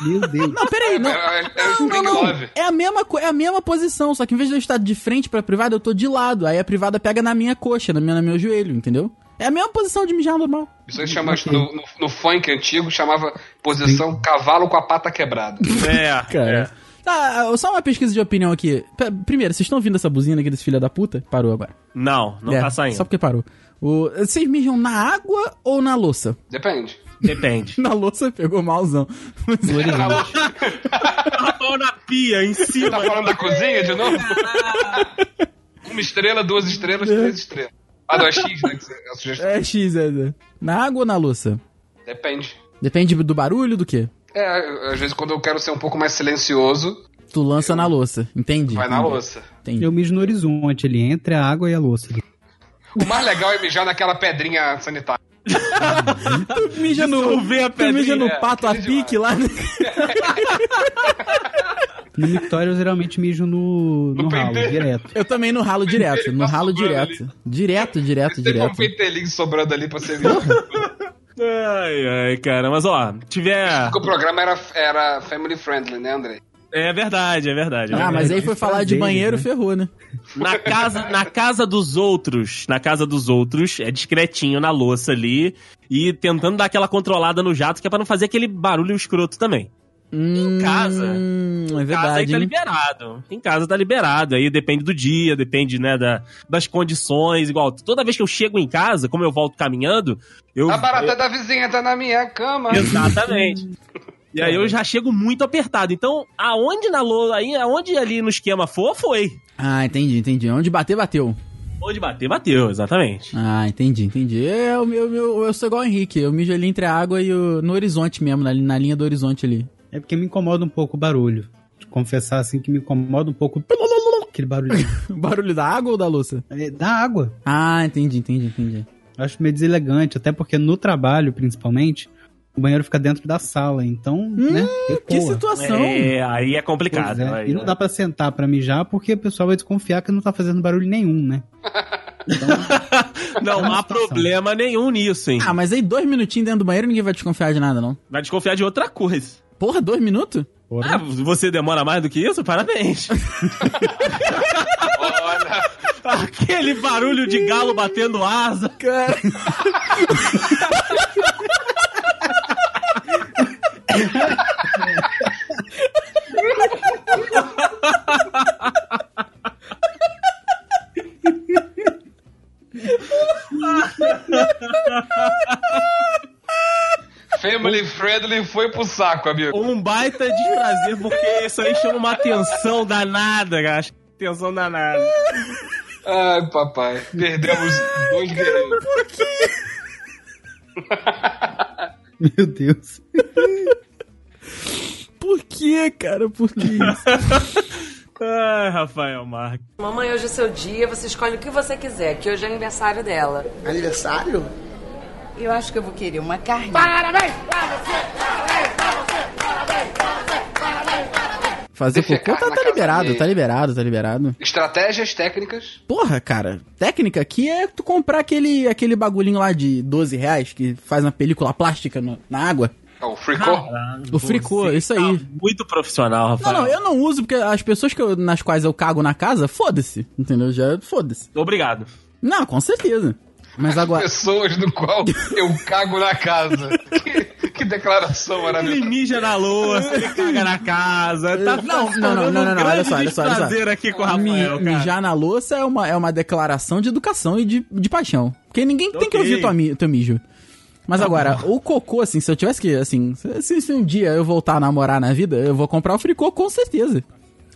[SPEAKER 4] Meu Deus.
[SPEAKER 2] Não, peraí, não.
[SPEAKER 5] É, é, é o
[SPEAKER 2] Não, não,
[SPEAKER 5] Spring
[SPEAKER 2] não.
[SPEAKER 5] Love.
[SPEAKER 2] É a, mesma, co- é a mesma posição, só que em vez de eu estar de frente pra privada, eu tô de lado. Aí a privada pega na minha coxa, na minha, no meu joelho, entendeu? É a mesma posição de mijar normal.
[SPEAKER 5] Isso aí chama, no, no, no funk antigo chamava posição cavalo com a pata quebrada.
[SPEAKER 3] É,
[SPEAKER 2] Cara. Tá, só uma pesquisa de opinião aqui. P- Primeiro, vocês estão ouvindo essa buzina aqui desse filho da puta? Parou agora.
[SPEAKER 3] Não, não
[SPEAKER 2] É,
[SPEAKER 3] tá saindo.
[SPEAKER 2] Só porque parou. O- vocês mijam na água ou na louça?
[SPEAKER 5] Depende.
[SPEAKER 3] Depende.
[SPEAKER 2] Na louça pegou malzão.
[SPEAKER 3] Pau na pia, em
[SPEAKER 5] Você
[SPEAKER 3] cima.
[SPEAKER 5] tá falando da cozinha de novo? Uma estrela, duas estrelas, três estrelas. Ah, não, é X, né? que é a sugestão.
[SPEAKER 2] é X, é, é. Na água ou na louça?
[SPEAKER 5] Depende.
[SPEAKER 2] Depende do barulho, do quê?
[SPEAKER 5] É, às vezes quando eu quero ser um pouco mais silencioso,
[SPEAKER 2] Tu lança na louça, entendi.
[SPEAKER 5] vai na
[SPEAKER 2] entendi.
[SPEAKER 5] louça.
[SPEAKER 2] Entendi.
[SPEAKER 4] Eu mijo no horizonte ali, entre a água e a louça.
[SPEAKER 5] O mais legal é mijar naquela pedrinha sanitária.
[SPEAKER 2] Tu mija no,
[SPEAKER 3] Dissolver a
[SPEAKER 2] tu mija
[SPEAKER 3] pedrinha. É,
[SPEAKER 2] no pato a
[SPEAKER 5] aquele
[SPEAKER 2] pique lá. né?
[SPEAKER 4] No mictório eu geralmente mijo no, no ralo,
[SPEAKER 5] penteiro.
[SPEAKER 4] direto.
[SPEAKER 2] Eu também no ralo direto, no
[SPEAKER 5] tá
[SPEAKER 2] ralo
[SPEAKER 5] sobrando
[SPEAKER 2] direto. Direto, direto,
[SPEAKER 5] Tem um
[SPEAKER 2] direto.
[SPEAKER 5] pentelinho sobrando ali pra ser mijado.
[SPEAKER 3] Ai, ai, cara, mas ó, tiver.
[SPEAKER 5] Porque o programa era, era family friendly, né, André?
[SPEAKER 3] É verdade, é verdade. é
[SPEAKER 2] Ah,
[SPEAKER 3] verdade.
[SPEAKER 2] mas aí foi falar de
[SPEAKER 4] Prazeres,
[SPEAKER 2] banheiro,
[SPEAKER 4] né?
[SPEAKER 2] ferrou, né?
[SPEAKER 3] Na casa, na casa dos outros, na casa dos outros, é discretinho na louça ali e tentando dar aquela controlada no jato, que é pra não fazer aquele barulho escroto também.
[SPEAKER 2] Em
[SPEAKER 3] casa.
[SPEAKER 2] Hum, É
[SPEAKER 3] Em casa aí
[SPEAKER 2] verdade.
[SPEAKER 3] tá
[SPEAKER 2] hein?
[SPEAKER 3] liberado. Em casa tá liberado. Aí depende do dia, depende, né, da, das condições. Igual, toda vez que eu chego em casa, como eu volto caminhando, eu.
[SPEAKER 5] A barata da vizinha tá na minha cama.
[SPEAKER 3] Exatamente. E aí eu já chego muito apertado. Então, aonde na lousa, aí, aonde ali no esquema for, foi.
[SPEAKER 2] Ah, entendi, entendi. Onde bater, bateu.
[SPEAKER 3] Onde bater, bateu, exatamente.
[SPEAKER 2] Ah, entendi, entendi. Eu, meu, meu, eu sou igual o Henrique. Eu mijo ali entre a água e o, no horizonte mesmo, na, na linha do horizonte ali.
[SPEAKER 4] É porque me incomoda um pouco o barulho. De confessar assim que me incomoda um pouco aquele barulho
[SPEAKER 2] O barulho da água ou da louça?
[SPEAKER 4] É, da água.
[SPEAKER 2] Ah, entendi, entendi, entendi.
[SPEAKER 4] Eu acho meio deselegante, até porque no trabalho, principalmente, o banheiro fica dentro da sala, então, né?
[SPEAKER 2] Hum, Que
[SPEAKER 4] ecoa.
[SPEAKER 2] situação!
[SPEAKER 3] É, aí é
[SPEAKER 4] Pois
[SPEAKER 3] complicado.
[SPEAKER 4] é.
[SPEAKER 3] aí, né?
[SPEAKER 4] E não dá pra sentar pra mijar, porque o pessoal vai desconfiar que não tá fazendo barulho nenhum, né?
[SPEAKER 3] Não
[SPEAKER 4] uma
[SPEAKER 3] há
[SPEAKER 4] situação.
[SPEAKER 3] problema nenhum nisso, hein?
[SPEAKER 2] Ah, mas aí dois minutinhos dentro do banheiro ninguém vai desconfiar de nada, não.
[SPEAKER 3] Vai desconfiar de outra coisa.
[SPEAKER 2] Porra, dois minutos?
[SPEAKER 3] Ah, você demora mais do que isso? Parabéns. Aquele barulho de galo batendo asa.
[SPEAKER 2] Cara.
[SPEAKER 5] Family friendly foi pro saco, amigo.
[SPEAKER 3] Um baita desprazer, porque isso aí chama uma atenção danada, cara. Atenção danada.
[SPEAKER 5] Ai, papai. Perdemos dois guerreiros.
[SPEAKER 4] Meu Deus.
[SPEAKER 2] Por que, cara? Por que isso?
[SPEAKER 3] Ai, Rafael Marques.
[SPEAKER 6] Mamãe, hoje é seu dia, você escolhe o que você quiser, que hoje é aniversário dela.
[SPEAKER 7] Aniversário?
[SPEAKER 6] Eu acho que eu vou querer uma carne.
[SPEAKER 2] Fazer
[SPEAKER 5] Defecar
[SPEAKER 2] cocô tá,
[SPEAKER 5] na
[SPEAKER 2] tá
[SPEAKER 5] casa
[SPEAKER 2] liberado,
[SPEAKER 5] alheia.
[SPEAKER 2] tá liberado, tá liberado.
[SPEAKER 5] Estratégias técnicas.
[SPEAKER 2] Porra, cara, técnica aqui é tu comprar aquele, aquele bagulhinho lá de 12 reais que faz uma película plástica no- na água.
[SPEAKER 5] É o fricô.
[SPEAKER 3] Ah,
[SPEAKER 2] O fricô, isso aí.
[SPEAKER 3] tá Muito profissional,
[SPEAKER 2] Não,
[SPEAKER 3] Rafael.
[SPEAKER 2] não, eu não uso porque as pessoas que eu- nas quais eu cago na casa, foda-se, entendeu? Já foda-se.
[SPEAKER 3] Obrigado.
[SPEAKER 2] Não, com certeza. Mas agora.
[SPEAKER 5] Pessoas no qual eu cago na casa. Que, que declaração
[SPEAKER 3] Ele
[SPEAKER 5] maravilhosa.
[SPEAKER 3] mija na louça, ele caga na casa. Tá,
[SPEAKER 2] Não,
[SPEAKER 3] tá se
[SPEAKER 2] não, não,
[SPEAKER 3] tornando
[SPEAKER 2] não,
[SPEAKER 3] um
[SPEAKER 2] não, não,
[SPEAKER 3] grande
[SPEAKER 2] olha só, olha só, olha só.
[SPEAKER 3] desprazer aqui com o Rafael,
[SPEAKER 2] Mi-
[SPEAKER 3] cara.
[SPEAKER 2] Mijar na louça é uma, é uma declaração de educação e de, de paixão. Porque ninguém tem que
[SPEAKER 3] Ok.
[SPEAKER 2] ouvir teu, ami- teu mijo. Mas
[SPEAKER 4] Tá
[SPEAKER 2] agora, o cocô, assim, se eu tivesse que, assim, se, se um dia eu voltar a namorar na vida, eu vou comprar o fricô com certeza.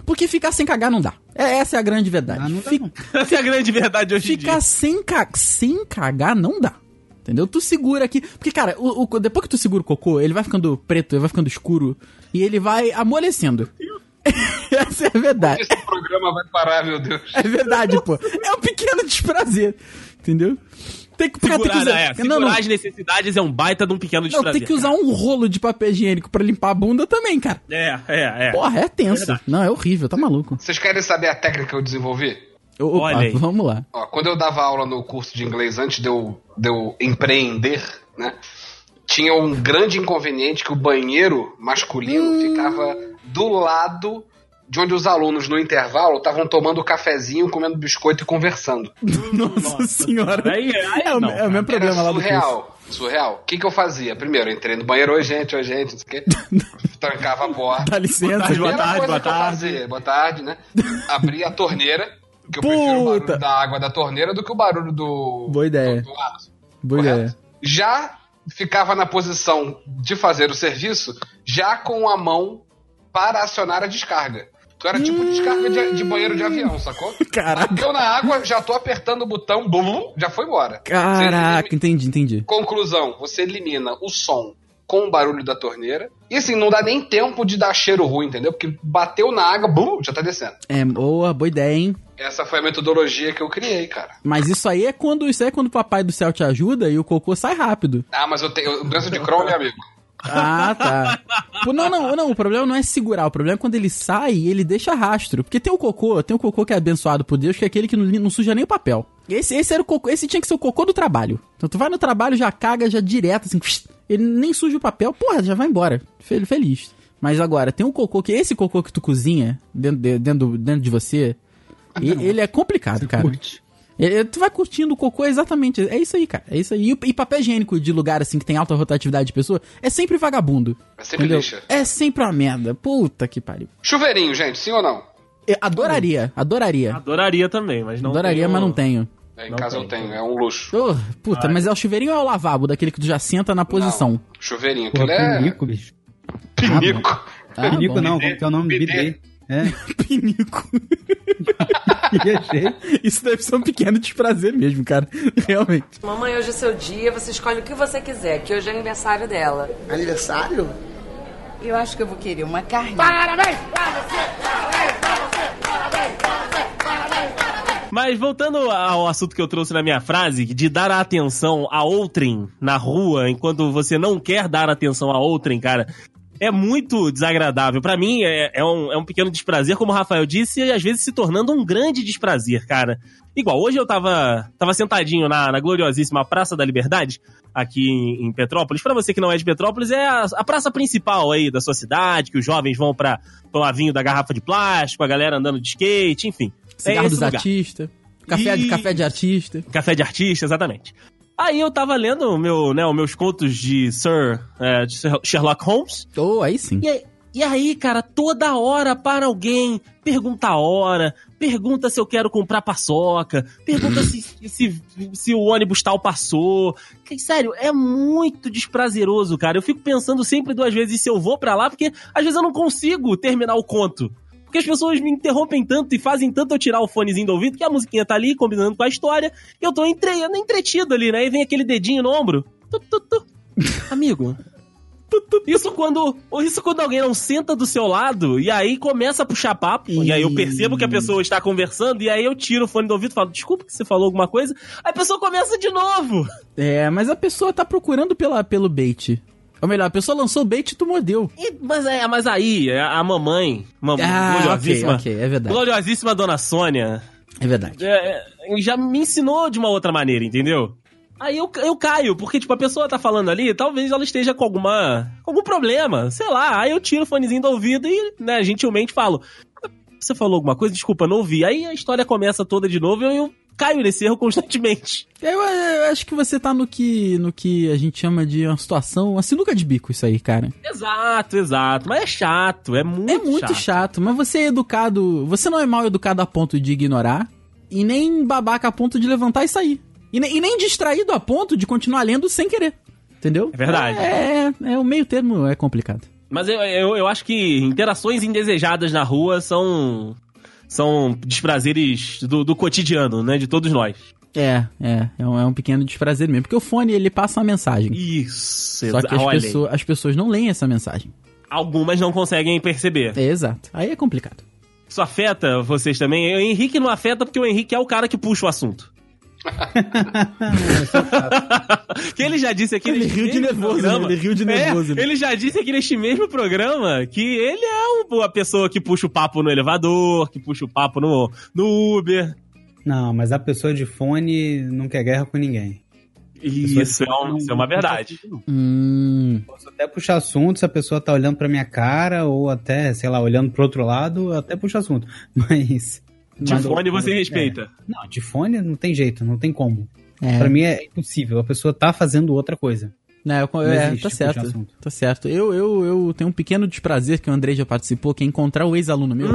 [SPEAKER 2] Porque ficar sem cagar não dá. É, essa é a grande verdade.
[SPEAKER 4] Ah, não dá
[SPEAKER 2] Fi-
[SPEAKER 4] não.
[SPEAKER 3] Essa é a grande verdade hoje em dia.
[SPEAKER 2] Ficar sem, ca- sem cagar não dá. Entendeu? Tu segura aqui. Porque, cara, o, o- depois que tu segura o cocô, ele vai ficando preto, ele vai ficando escuro. E ele vai amolecendo. Essa é a verdade.
[SPEAKER 5] Esse programa vai parar, meu Deus.
[SPEAKER 2] É verdade, pô. É um pequeno desprazer. Entendeu? Tem que, cara, tem que
[SPEAKER 3] Segurar,
[SPEAKER 2] usar.
[SPEAKER 3] é. Segurar
[SPEAKER 2] não, não.
[SPEAKER 3] as necessidades é um baita de um pequeno
[SPEAKER 2] Não,
[SPEAKER 3] desprazer.
[SPEAKER 2] tem que usar um rolo de papel higiênico pra limpar a bunda também, cara.
[SPEAKER 3] É, é, é.
[SPEAKER 2] Porra, é tenso.
[SPEAKER 3] Verdade.
[SPEAKER 2] não, é horrível, tá maluco.
[SPEAKER 5] Vocês querem saber a técnica que eu desenvolvi?
[SPEAKER 2] Opa,
[SPEAKER 3] Olha aí.
[SPEAKER 2] vamos lá.
[SPEAKER 5] Ó, quando eu dava aula no curso de inglês antes de eu, de eu empreender, né? Tinha um grande inconveniente que o banheiro masculino
[SPEAKER 3] Hum.
[SPEAKER 5] ficava do lado de onde os alunos, no intervalo, estavam tomando cafezinho, comendo biscoito e conversando.
[SPEAKER 2] Nossa, senhora.
[SPEAKER 3] Hum, Aí, aí
[SPEAKER 2] é, o,
[SPEAKER 3] não,
[SPEAKER 2] é o
[SPEAKER 3] cara.
[SPEAKER 2] mesmo problema
[SPEAKER 5] Era
[SPEAKER 2] lá do curso.
[SPEAKER 5] surreal. Surreal. O que, que eu fazia? Primeiro, eu entrei no banheiro, oi gente, oi gente, não sei o quê. Trancava a porta.
[SPEAKER 2] Dá licença.
[SPEAKER 3] Boa tarde, boa
[SPEAKER 5] Primeira
[SPEAKER 3] tarde,
[SPEAKER 5] coisa
[SPEAKER 3] boa
[SPEAKER 5] que eu
[SPEAKER 3] tarde.
[SPEAKER 5] fazia, boa tarde, né? Abri a torneira, que eu prefiro o
[SPEAKER 2] Puta.
[SPEAKER 5] barulho da água da torneira do que o barulho do...
[SPEAKER 2] Boa ideia.
[SPEAKER 5] do- do vaso.
[SPEAKER 2] Boa
[SPEAKER 5] Correto?
[SPEAKER 2] ideia.
[SPEAKER 5] Já ficava na posição de fazer o serviço, já com a mão para acionar a descarga. Então era tipo descarga de, de banheiro de avião, sacou?
[SPEAKER 2] Caraca.
[SPEAKER 5] Deu na água, já tô apertando o botão, bum, já foi embora. Você
[SPEAKER 2] Caraca,
[SPEAKER 5] elimina-
[SPEAKER 2] entendi, entendi.
[SPEAKER 5] Conclusão, você elimina o som com o barulho da torneira. E assim, não dá nem tempo de dar cheiro ruim, entendeu? Porque bateu na água, bum, já tá descendo.
[SPEAKER 2] É, boa, boa ideia, hein?
[SPEAKER 5] Essa foi a metodologia que eu criei, cara.
[SPEAKER 2] Mas isso aí é quando isso aí é quando o papai do céu te ajuda e o cocô sai rápido.
[SPEAKER 5] Ah, mas eu tenho eu- doença de Crohn, meu amigo.
[SPEAKER 2] Ah, tá. Pô, Não, não, não, o problema não é segurar, o problema é quando ele sai e ele deixa rastro. Porque tem o cocô, tem o cocô que é abençoado por Deus, que é aquele que não, não suja nem o papel. Esse, esse era o cocô, esse tinha que ser o cocô do trabalho. Então tu vai no trabalho, já caga, já direto, assim, ele nem suja o papel, porra, já vai embora. Fel- Feliz. Mas agora, tem um cocô que esse cocô que tu cozinha dentro de, dentro, do- dentro de você, e- ele é complicado, cara.
[SPEAKER 4] Curte.
[SPEAKER 2] É, é, tu vai curtindo o cocô exatamente. É isso aí, cara. É isso aí. E, o- e papel higiênico de lugar assim que tem alta rotatividade de pessoa é sempre vagabundo.
[SPEAKER 5] É sempre
[SPEAKER 2] entendeu?
[SPEAKER 5] lixo.
[SPEAKER 2] É sempre uma merda. Puta que pariu.
[SPEAKER 5] Chuveirinho, gente, sim ou não?
[SPEAKER 2] Eu adoraria, adoraria.
[SPEAKER 3] Adoraria também, mas Ah, não
[SPEAKER 2] é. adoraria,
[SPEAKER 3] tenho- Ah,
[SPEAKER 2] mas não tenho.
[SPEAKER 5] É, Em
[SPEAKER 3] Não
[SPEAKER 5] casa
[SPEAKER 3] tem.
[SPEAKER 5] eu tenho, é um luxo.
[SPEAKER 2] Oh, puta, mas é o chuveirinho ou é o lavabo? Daquele que tu já senta na posição.
[SPEAKER 5] Não, chuveirinho,
[SPEAKER 4] Pô,
[SPEAKER 5] aquilo é
[SPEAKER 4] pinico, bicho.
[SPEAKER 5] pinico.
[SPEAKER 2] Ah,
[SPEAKER 4] pinico
[SPEAKER 2] bom.
[SPEAKER 4] não, como que é o nome?
[SPEAKER 5] Bidê.
[SPEAKER 4] Bidê. É,
[SPEAKER 2] Pinico.
[SPEAKER 4] viajei.
[SPEAKER 2] Isso deve ser um pequeno desprazer mesmo, cara. Realmente.
[SPEAKER 6] Mamãe, hoje é seu dia, você escolhe o que você quiser, que hoje é aniversário dela.
[SPEAKER 7] Aniversário?
[SPEAKER 6] Eu acho que eu vou querer uma carne.
[SPEAKER 3] Mas voltando ao assunto que eu trouxe na minha frase, de dar a atenção a outrem na rua, enquanto você não quer dar atenção a outrem, cara, é muito desagradável. Pra mim, é, é um, é um pequeno desprazer, como o Rafael disse, e às vezes se tornando um grande desprazer, cara. Igual, hoje eu tava, tava sentadinho na, na gloriosíssima Praça da Liberdade, aqui em, em Petrópolis. Pra você que não é de Petrópolis, é a, a praça principal aí da sua cidade, que os jovens vão pra tomar vinho da garrafa de plástico, a galera andando de skate, enfim.
[SPEAKER 2] Cigarro
[SPEAKER 3] É esse
[SPEAKER 2] dos
[SPEAKER 3] lugar.
[SPEAKER 2] artistas. Café,
[SPEAKER 3] E-
[SPEAKER 2] café de artista.
[SPEAKER 3] Café de artista, exatamente. Aí eu tava lendo o meu, né, os meus contos de Sir eh, de Sir Sherlock Holmes.
[SPEAKER 2] Oh, aí sim.
[SPEAKER 3] E aí, e aí, cara, toda hora para alguém, pergunta a hora, pergunta se eu quero comprar paçoca, pergunta se, se, se o ônibus tal passou. Que, sério, é muito desprazeroso, cara. Eu fico pensando sempre duas vezes se eu vou pra lá, porque às vezes eu não consigo terminar o conto. Porque as pessoas me interrompem tanto e fazem tanto eu tirar o fonezinho do ouvido que a musiquinha tá ali combinando com a história e eu tô entre... entretido ali, né? E vem aquele dedinho no ombro. Tu, tu, tu. Amigo, isso quando, isso quando alguém não senta do seu lado e aí começa a puxar papo. E aí eu percebo que a pessoa está conversando e aí eu tiro o fone do ouvido e falo, desculpa que você falou alguma coisa. Aí a pessoa começa de novo.
[SPEAKER 2] É, mas a pessoa tá procurando pela, pelo bait. Ou melhor, a pessoa lançou o bait e tu mordeu.
[SPEAKER 3] E- mas, é, mas aí, a a mamãe, mamãe
[SPEAKER 2] Ah, ok,
[SPEAKER 3] gloriosíssima,
[SPEAKER 2] ok, é verdade.
[SPEAKER 3] gloriosíssima dona Sônia,
[SPEAKER 2] É verdade.
[SPEAKER 3] é, é, já me ensinou de uma outra maneira, entendeu? Aí eu, eu caio, porque, tipo, a pessoa tá falando ali, talvez ela esteja com alguma. com algum problema, sei lá. Aí eu tiro o fonezinho do ouvido e, né, gentilmente falo. Você falou alguma coisa? Desculpa, não ouvi. Aí a história começa toda de novo e eu, eu caio nesse erro constantemente.
[SPEAKER 2] Eu, eu acho que você tá no que, no que a gente chama de uma situação, uma sinuca de bico isso aí, cara.
[SPEAKER 3] Exato, exato. Mas é chato, é muito,
[SPEAKER 2] é muito chato. mas você é educado, você não é mal educado a ponto de ignorar e nem babaca a ponto de levantar e sair. E, nem- e nem distraído a ponto de continuar lendo sem querer. Entendeu?
[SPEAKER 3] É verdade.
[SPEAKER 2] É, é, é o meio termo é complicado.
[SPEAKER 3] Mas eu, eu, eu acho que interações indesejadas na rua são. são desprazeres do, do cotidiano, né? De todos nós.
[SPEAKER 2] É, é, é um, é um pequeno desprazer mesmo, porque o fone ele passa uma mensagem.
[SPEAKER 3] Isso,
[SPEAKER 2] Só que as,
[SPEAKER 3] olha aí.
[SPEAKER 2] pessoa- as pessoas não leem essa mensagem.
[SPEAKER 3] Algumas não conseguem perceber.
[SPEAKER 2] É, exato. Aí é complicado.
[SPEAKER 3] Isso afeta vocês também? O Henrique não afeta porque o Henrique é o cara que puxa o assunto. que ele já disse aqui
[SPEAKER 2] Ele
[SPEAKER 3] neste
[SPEAKER 2] riu de
[SPEAKER 3] mesmo
[SPEAKER 2] nervoso,
[SPEAKER 3] programa-
[SPEAKER 2] né? Ele riu de nervoso,
[SPEAKER 3] É,
[SPEAKER 2] né?
[SPEAKER 3] ele já disse aqui neste mesmo programa que ele é um- a pessoa que puxa o papo no elevador, que puxa o papo no, no Uber.
[SPEAKER 4] Não, mas a pessoa de fone não quer guerra com ninguém. Pessoa de
[SPEAKER 3] Isso é,
[SPEAKER 4] fone
[SPEAKER 3] um-
[SPEAKER 4] não-
[SPEAKER 3] isso é uma
[SPEAKER 4] não
[SPEAKER 3] verdade.
[SPEAKER 4] puxa assunto,
[SPEAKER 2] Hum.
[SPEAKER 4] não. Posso até puxar assunto se a pessoa tá olhando pra minha cara ou até, sei lá, olhando pro outro lado, eu até puxa assunto. Mas.
[SPEAKER 3] De
[SPEAKER 4] mas-
[SPEAKER 3] fone você
[SPEAKER 4] é.
[SPEAKER 3] respeita.
[SPEAKER 4] Não, de fone não tem jeito, não tem como.
[SPEAKER 2] É.
[SPEAKER 4] Pra mim é impossível. A pessoa tá fazendo outra coisa.
[SPEAKER 2] Né, eu-
[SPEAKER 4] Não
[SPEAKER 2] é,
[SPEAKER 4] existe
[SPEAKER 2] tá
[SPEAKER 4] tipo de
[SPEAKER 2] certo.
[SPEAKER 4] assunto.
[SPEAKER 2] Tá certo. Eu, eu, eu tenho um pequeno desprazer que o Andrei já participou, que é encontrar o ex-aluno meu.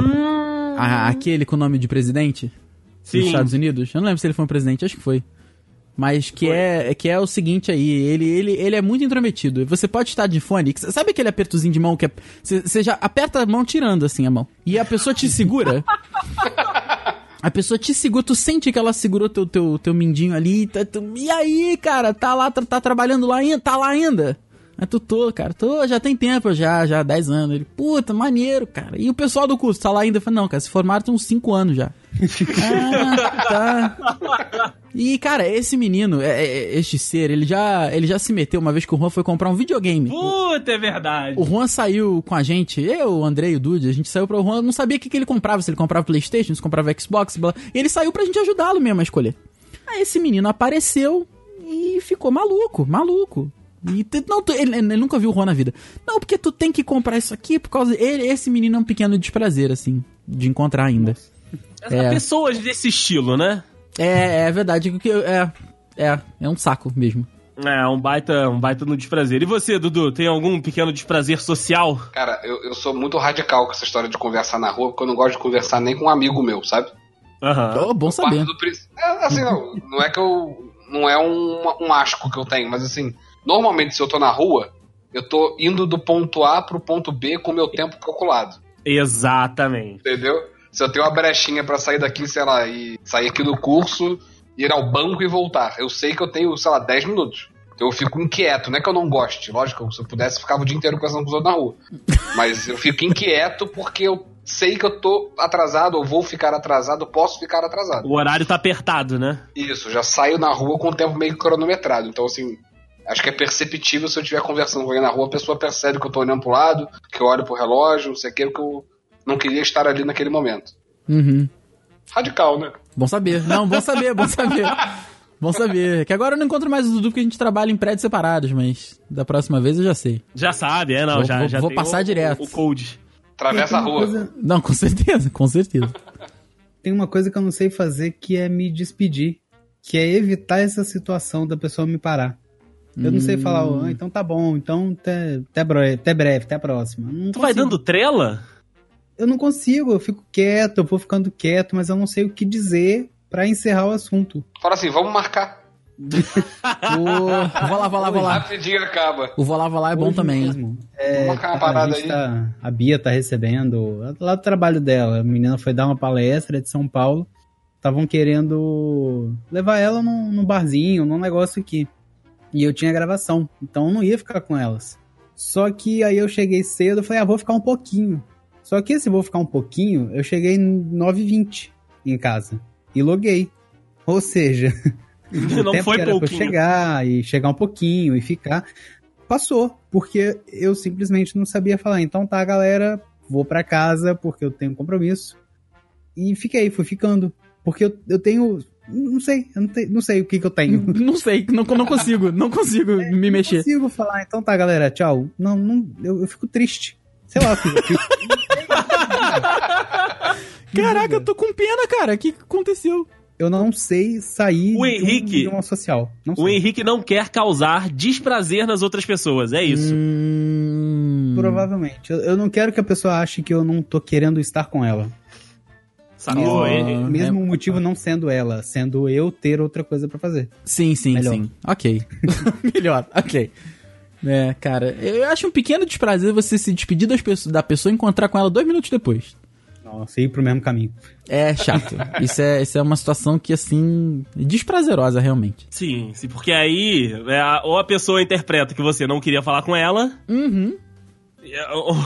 [SPEAKER 2] A- aquele com o nome de presidente dos
[SPEAKER 3] Sim.
[SPEAKER 2] Estados Unidos. Eu não lembro se ele foi um presidente, acho que foi. Mas que
[SPEAKER 3] Foi.
[SPEAKER 2] é, que é o seguinte aí, ele, ele, ele é muito intrometido. Você pode estar de fone, que- sabe aquele apertozinho de mão que é- você você já aperta a mão tirando assim a mão. E a pessoa te segura. A pessoa te segura, tu sente que ela segurou teu, teu, teu mindinho ali. tá- tu- e aí, cara, tá lá, tá, tá trabalhando lá ainda, tá lá ainda. Aí tu tô, cara, tô, já tem tempo, já, já, 10 anos. Ele, puta, maneiro, cara. E o pessoal do curso tá lá ainda? Eu falei, não, cara, se formaram tem uns 5 anos já. ah, tá. E, cara, esse menino, é- é- este ser, ele já, ele já se meteu uma vez que o Juan foi comprar um videogame.
[SPEAKER 3] Puta, é verdade.
[SPEAKER 2] O Juan saiu com a gente, eu, o Andrei e o Dude, a gente saiu pro Juan, não sabia o que, que ele comprava, se ele comprava Playstation, se comprava Xbox, blá. E ele saiu pra gente ajudá-lo mesmo a escolher. Aí esse menino apareceu e ficou maluco, maluco. E tu- não, tu- ele, ele nunca viu o Juan na vida. Não, porque tu tem que comprar isso aqui por causa. Ele, esse menino é um pequeno desprazer, assim, de encontrar ainda. é.
[SPEAKER 3] Pessoas desse estilo, né?
[SPEAKER 2] É, é verdade. que eu- É, é, é um saco mesmo.
[SPEAKER 3] É, um baita, um baita no desprazer. E você, Dudu, tem algum pequeno desprazer social?
[SPEAKER 5] Cara, eu, eu sou muito radical com essa história de conversar na rua, porque eu não gosto de conversar nem com um amigo meu, sabe?
[SPEAKER 3] Aham.
[SPEAKER 2] Oh, bom
[SPEAKER 5] Parte
[SPEAKER 2] saber.
[SPEAKER 5] do prin- É, assim, não, não é que eu. Não é um, um asco que eu tenho, mas assim, normalmente se eu tô na rua, eu tô indo do ponto A pro ponto B com o meu tempo calculado.
[SPEAKER 3] Exatamente.
[SPEAKER 5] Entendeu? Se eu tenho uma brechinha pra sair daqui, sei lá, e sair aqui do curso, ir ao banco e voltar. Eu sei que eu tenho, sei lá, 10 minutos. Então eu fico inquieto, não é que eu não goste. Lógico, se eu pudesse, eu ficava o dia inteiro conversando com os outros na rua. Mas eu fico inquieto porque eu sei que eu tô atrasado, ou vou ficar atrasado, posso ficar atrasado.
[SPEAKER 3] O horário tá apertado, né?
[SPEAKER 5] Isso, já saio na rua com o tempo meio cronometrado. Então, assim, acho que é perceptível se eu estiver conversando com alguém na rua, a pessoa percebe que eu tô olhando pro lado, que eu olho pro relógio, não sei o que, que eu não queria estar ali naquele momento.
[SPEAKER 2] Uhum.
[SPEAKER 5] Radical, né?
[SPEAKER 2] Bom saber. Não, bom saber, bom saber. Bom saber. Que agora eu não encontro mais o Dudu porque a gente trabalha em prédios separados, mas da próxima vez eu já sei.
[SPEAKER 3] Já sabe, é, não,
[SPEAKER 2] Vou-
[SPEAKER 3] já,
[SPEAKER 2] vou-
[SPEAKER 3] já
[SPEAKER 2] vou
[SPEAKER 3] tem
[SPEAKER 2] passar
[SPEAKER 3] o,
[SPEAKER 2] direto.
[SPEAKER 3] O code.
[SPEAKER 5] Atravessa a
[SPEAKER 4] Tem uma
[SPEAKER 5] rua.
[SPEAKER 4] coisa-
[SPEAKER 2] Não, com certeza, com certeza.
[SPEAKER 4] tem uma coisa que eu não sei fazer que é me despedir. Que é evitar essa situação da pessoa me parar. Eu não
[SPEAKER 3] Hum.
[SPEAKER 4] sei falar, "Oh, então tá bom, então até, até, breve, até breve, até a próxima. Eu Não
[SPEAKER 3] Tu vai
[SPEAKER 2] assim?
[SPEAKER 4] consigo.
[SPEAKER 3] dando trela?
[SPEAKER 4] Eu não consigo, eu fico quieto, eu vou ficando quieto, mas eu não sei o que dizer pra encerrar o assunto.
[SPEAKER 5] Fala assim, vamos marcar.
[SPEAKER 2] Ô, vou lá, vou lá, vou lá.
[SPEAKER 5] Rapidinho acaba.
[SPEAKER 2] O vou lá, vou lá é bom
[SPEAKER 4] Hoje
[SPEAKER 2] também. hein?
[SPEAKER 4] mesmo, é,
[SPEAKER 5] Vamos marcar uma
[SPEAKER 4] a
[SPEAKER 5] parada
[SPEAKER 4] gente
[SPEAKER 5] aí.
[SPEAKER 4] tá- a Bia tá recebendo, lá do trabalho dela, a menina foi dar uma palestra de São Paulo, estavam querendo levar ela num, num barzinho, num negócio aqui. E eu tinha gravação, então eu não ia ficar com elas. Só que aí eu cheguei cedo, eu falei, ah, vou ficar um pouquinho. Só que esse vou ficar um pouquinho, eu cheguei 9h20 em casa e loguei. Ou seja, o
[SPEAKER 3] Não
[SPEAKER 4] tempo
[SPEAKER 3] foi
[SPEAKER 4] que era pra eu
[SPEAKER 3] pouquinho.
[SPEAKER 4] chegar e chegar um pouquinho e ficar. Passou, porque eu simplesmente não sabia falar. Então tá, galera, vou pra casa porque eu tenho um compromisso. E fiquei, fui ficando. Porque eu, eu tenho. Não sei, eu não, te- não sei o que, que eu
[SPEAKER 3] Hum,
[SPEAKER 4] tenho.
[SPEAKER 2] Não sei, não, não consigo, não consigo me
[SPEAKER 4] Não
[SPEAKER 2] mexer.
[SPEAKER 4] consigo falar, então tá, galera, tchau. Não, não eu, eu fico triste. Sei lá, filho, eu fico.
[SPEAKER 2] Caraca, eu tô com pena, cara. O que que aconteceu?
[SPEAKER 4] Eu não sei sair
[SPEAKER 3] O
[SPEAKER 4] de um-
[SPEAKER 3] Henrique-
[SPEAKER 4] de uma social. Não
[SPEAKER 3] O
[SPEAKER 4] sei.
[SPEAKER 3] Henrique não quer causar desprazer nas outras pessoas, é isso.
[SPEAKER 2] Hum...
[SPEAKER 4] Provavelmente. Eu, eu não quero que a pessoa ache que eu não tô querendo estar com ela.
[SPEAKER 3] Sacou?
[SPEAKER 2] Ah.
[SPEAKER 3] Ele-
[SPEAKER 2] Uhum.
[SPEAKER 4] Mesmo o motivo não sendo ela, sendo eu ter outra coisa pra fazer.
[SPEAKER 2] Sim, sim,
[SPEAKER 4] Melhor.
[SPEAKER 2] sim. Ok. Melhor, ok. É, cara, eu acho um pequeno desprazer você se despedir das pessoas, da pessoa e encontrar com ela dois minutos depois.
[SPEAKER 4] Nossa, ir pro mesmo caminho.
[SPEAKER 2] É chato. isso, é, isso é uma situação que, assim, é desprazerosa, realmente.
[SPEAKER 3] Sim, sim, porque aí é, a- ou a pessoa interpreta que você não queria falar com ela,
[SPEAKER 2] Uhum.
[SPEAKER 3] Ou,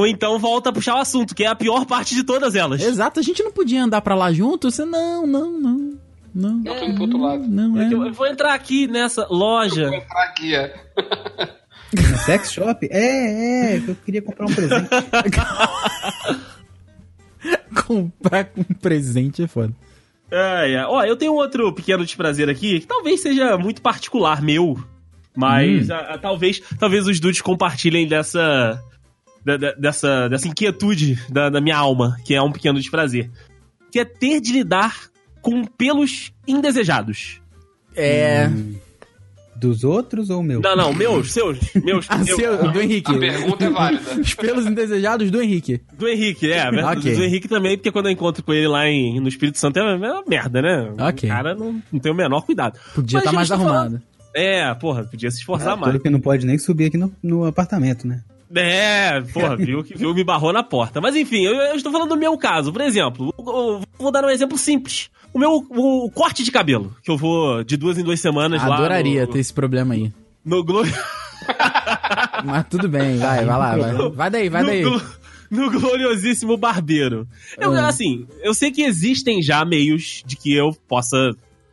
[SPEAKER 3] ou então volta a puxar o assunto, que é a pior parte de todas elas.
[SPEAKER 2] Exato, a gente não podia andar pra lá junto? Você, não, não, não. Não,
[SPEAKER 5] Eu tô indo pro outro lado.
[SPEAKER 2] não é.
[SPEAKER 3] Eu eu vou entrar aqui nessa loja.
[SPEAKER 5] Vou entrar aqui, é.
[SPEAKER 4] Na sex shop? É, é, que eu queria comprar um presente.
[SPEAKER 2] Comprar um presente é foda.
[SPEAKER 3] É, é. Ó, eu tenho outro pequeno desprazer aqui, que talvez seja muito particular meu, mas a- a- talvez, talvez os dudes compartilhem dessa da- da- dessa, dessa inquietude da, da minha alma, que é um pequeno desprazer. Que é ter de lidar com pelos indesejados.
[SPEAKER 2] É.
[SPEAKER 4] Dos outros ou o meu?
[SPEAKER 3] Não, não, meus, seus, meus,
[SPEAKER 2] Ah,
[SPEAKER 3] meus
[SPEAKER 2] seu, do Henrique.
[SPEAKER 5] A pergunta é válida.
[SPEAKER 2] Os pelos indesejados do Henrique.
[SPEAKER 3] do Henrique, é,
[SPEAKER 2] Ok.
[SPEAKER 3] do Henrique também, porque quando eu encontro com ele lá em, no Espírito Santo é uma merda, né?
[SPEAKER 2] Ok.
[SPEAKER 3] O cara não, não tem o menor cuidado.
[SPEAKER 2] Podia
[SPEAKER 3] Mas
[SPEAKER 2] estar
[SPEAKER 3] eu
[SPEAKER 2] mais
[SPEAKER 3] estou falando-
[SPEAKER 2] arrumado.
[SPEAKER 3] É, porra, podia se esforçar
[SPEAKER 4] Ah,
[SPEAKER 3] mais.
[SPEAKER 4] tudo que não pode nem subir aqui no, no apartamento, né?
[SPEAKER 3] É, porra, viu que viu, me barrou na porta. Mas enfim, eu, eu estou falando do meu caso. Por exemplo, eu- eu vou dar um exemplo simples. O meu o corte de cabelo, que eu vou de duas em duas semanas lá.
[SPEAKER 2] Adoraria
[SPEAKER 3] no,
[SPEAKER 2] ter esse problema aí.
[SPEAKER 3] no Glo-
[SPEAKER 2] Mas tudo bem, vai, vai lá. Vai, vai daí, vai
[SPEAKER 3] no
[SPEAKER 2] daí.
[SPEAKER 3] glo- no gloriosíssimo barbeiro. Eu,
[SPEAKER 2] Ah.
[SPEAKER 3] Assim, eu sei que existem já meios de que eu possa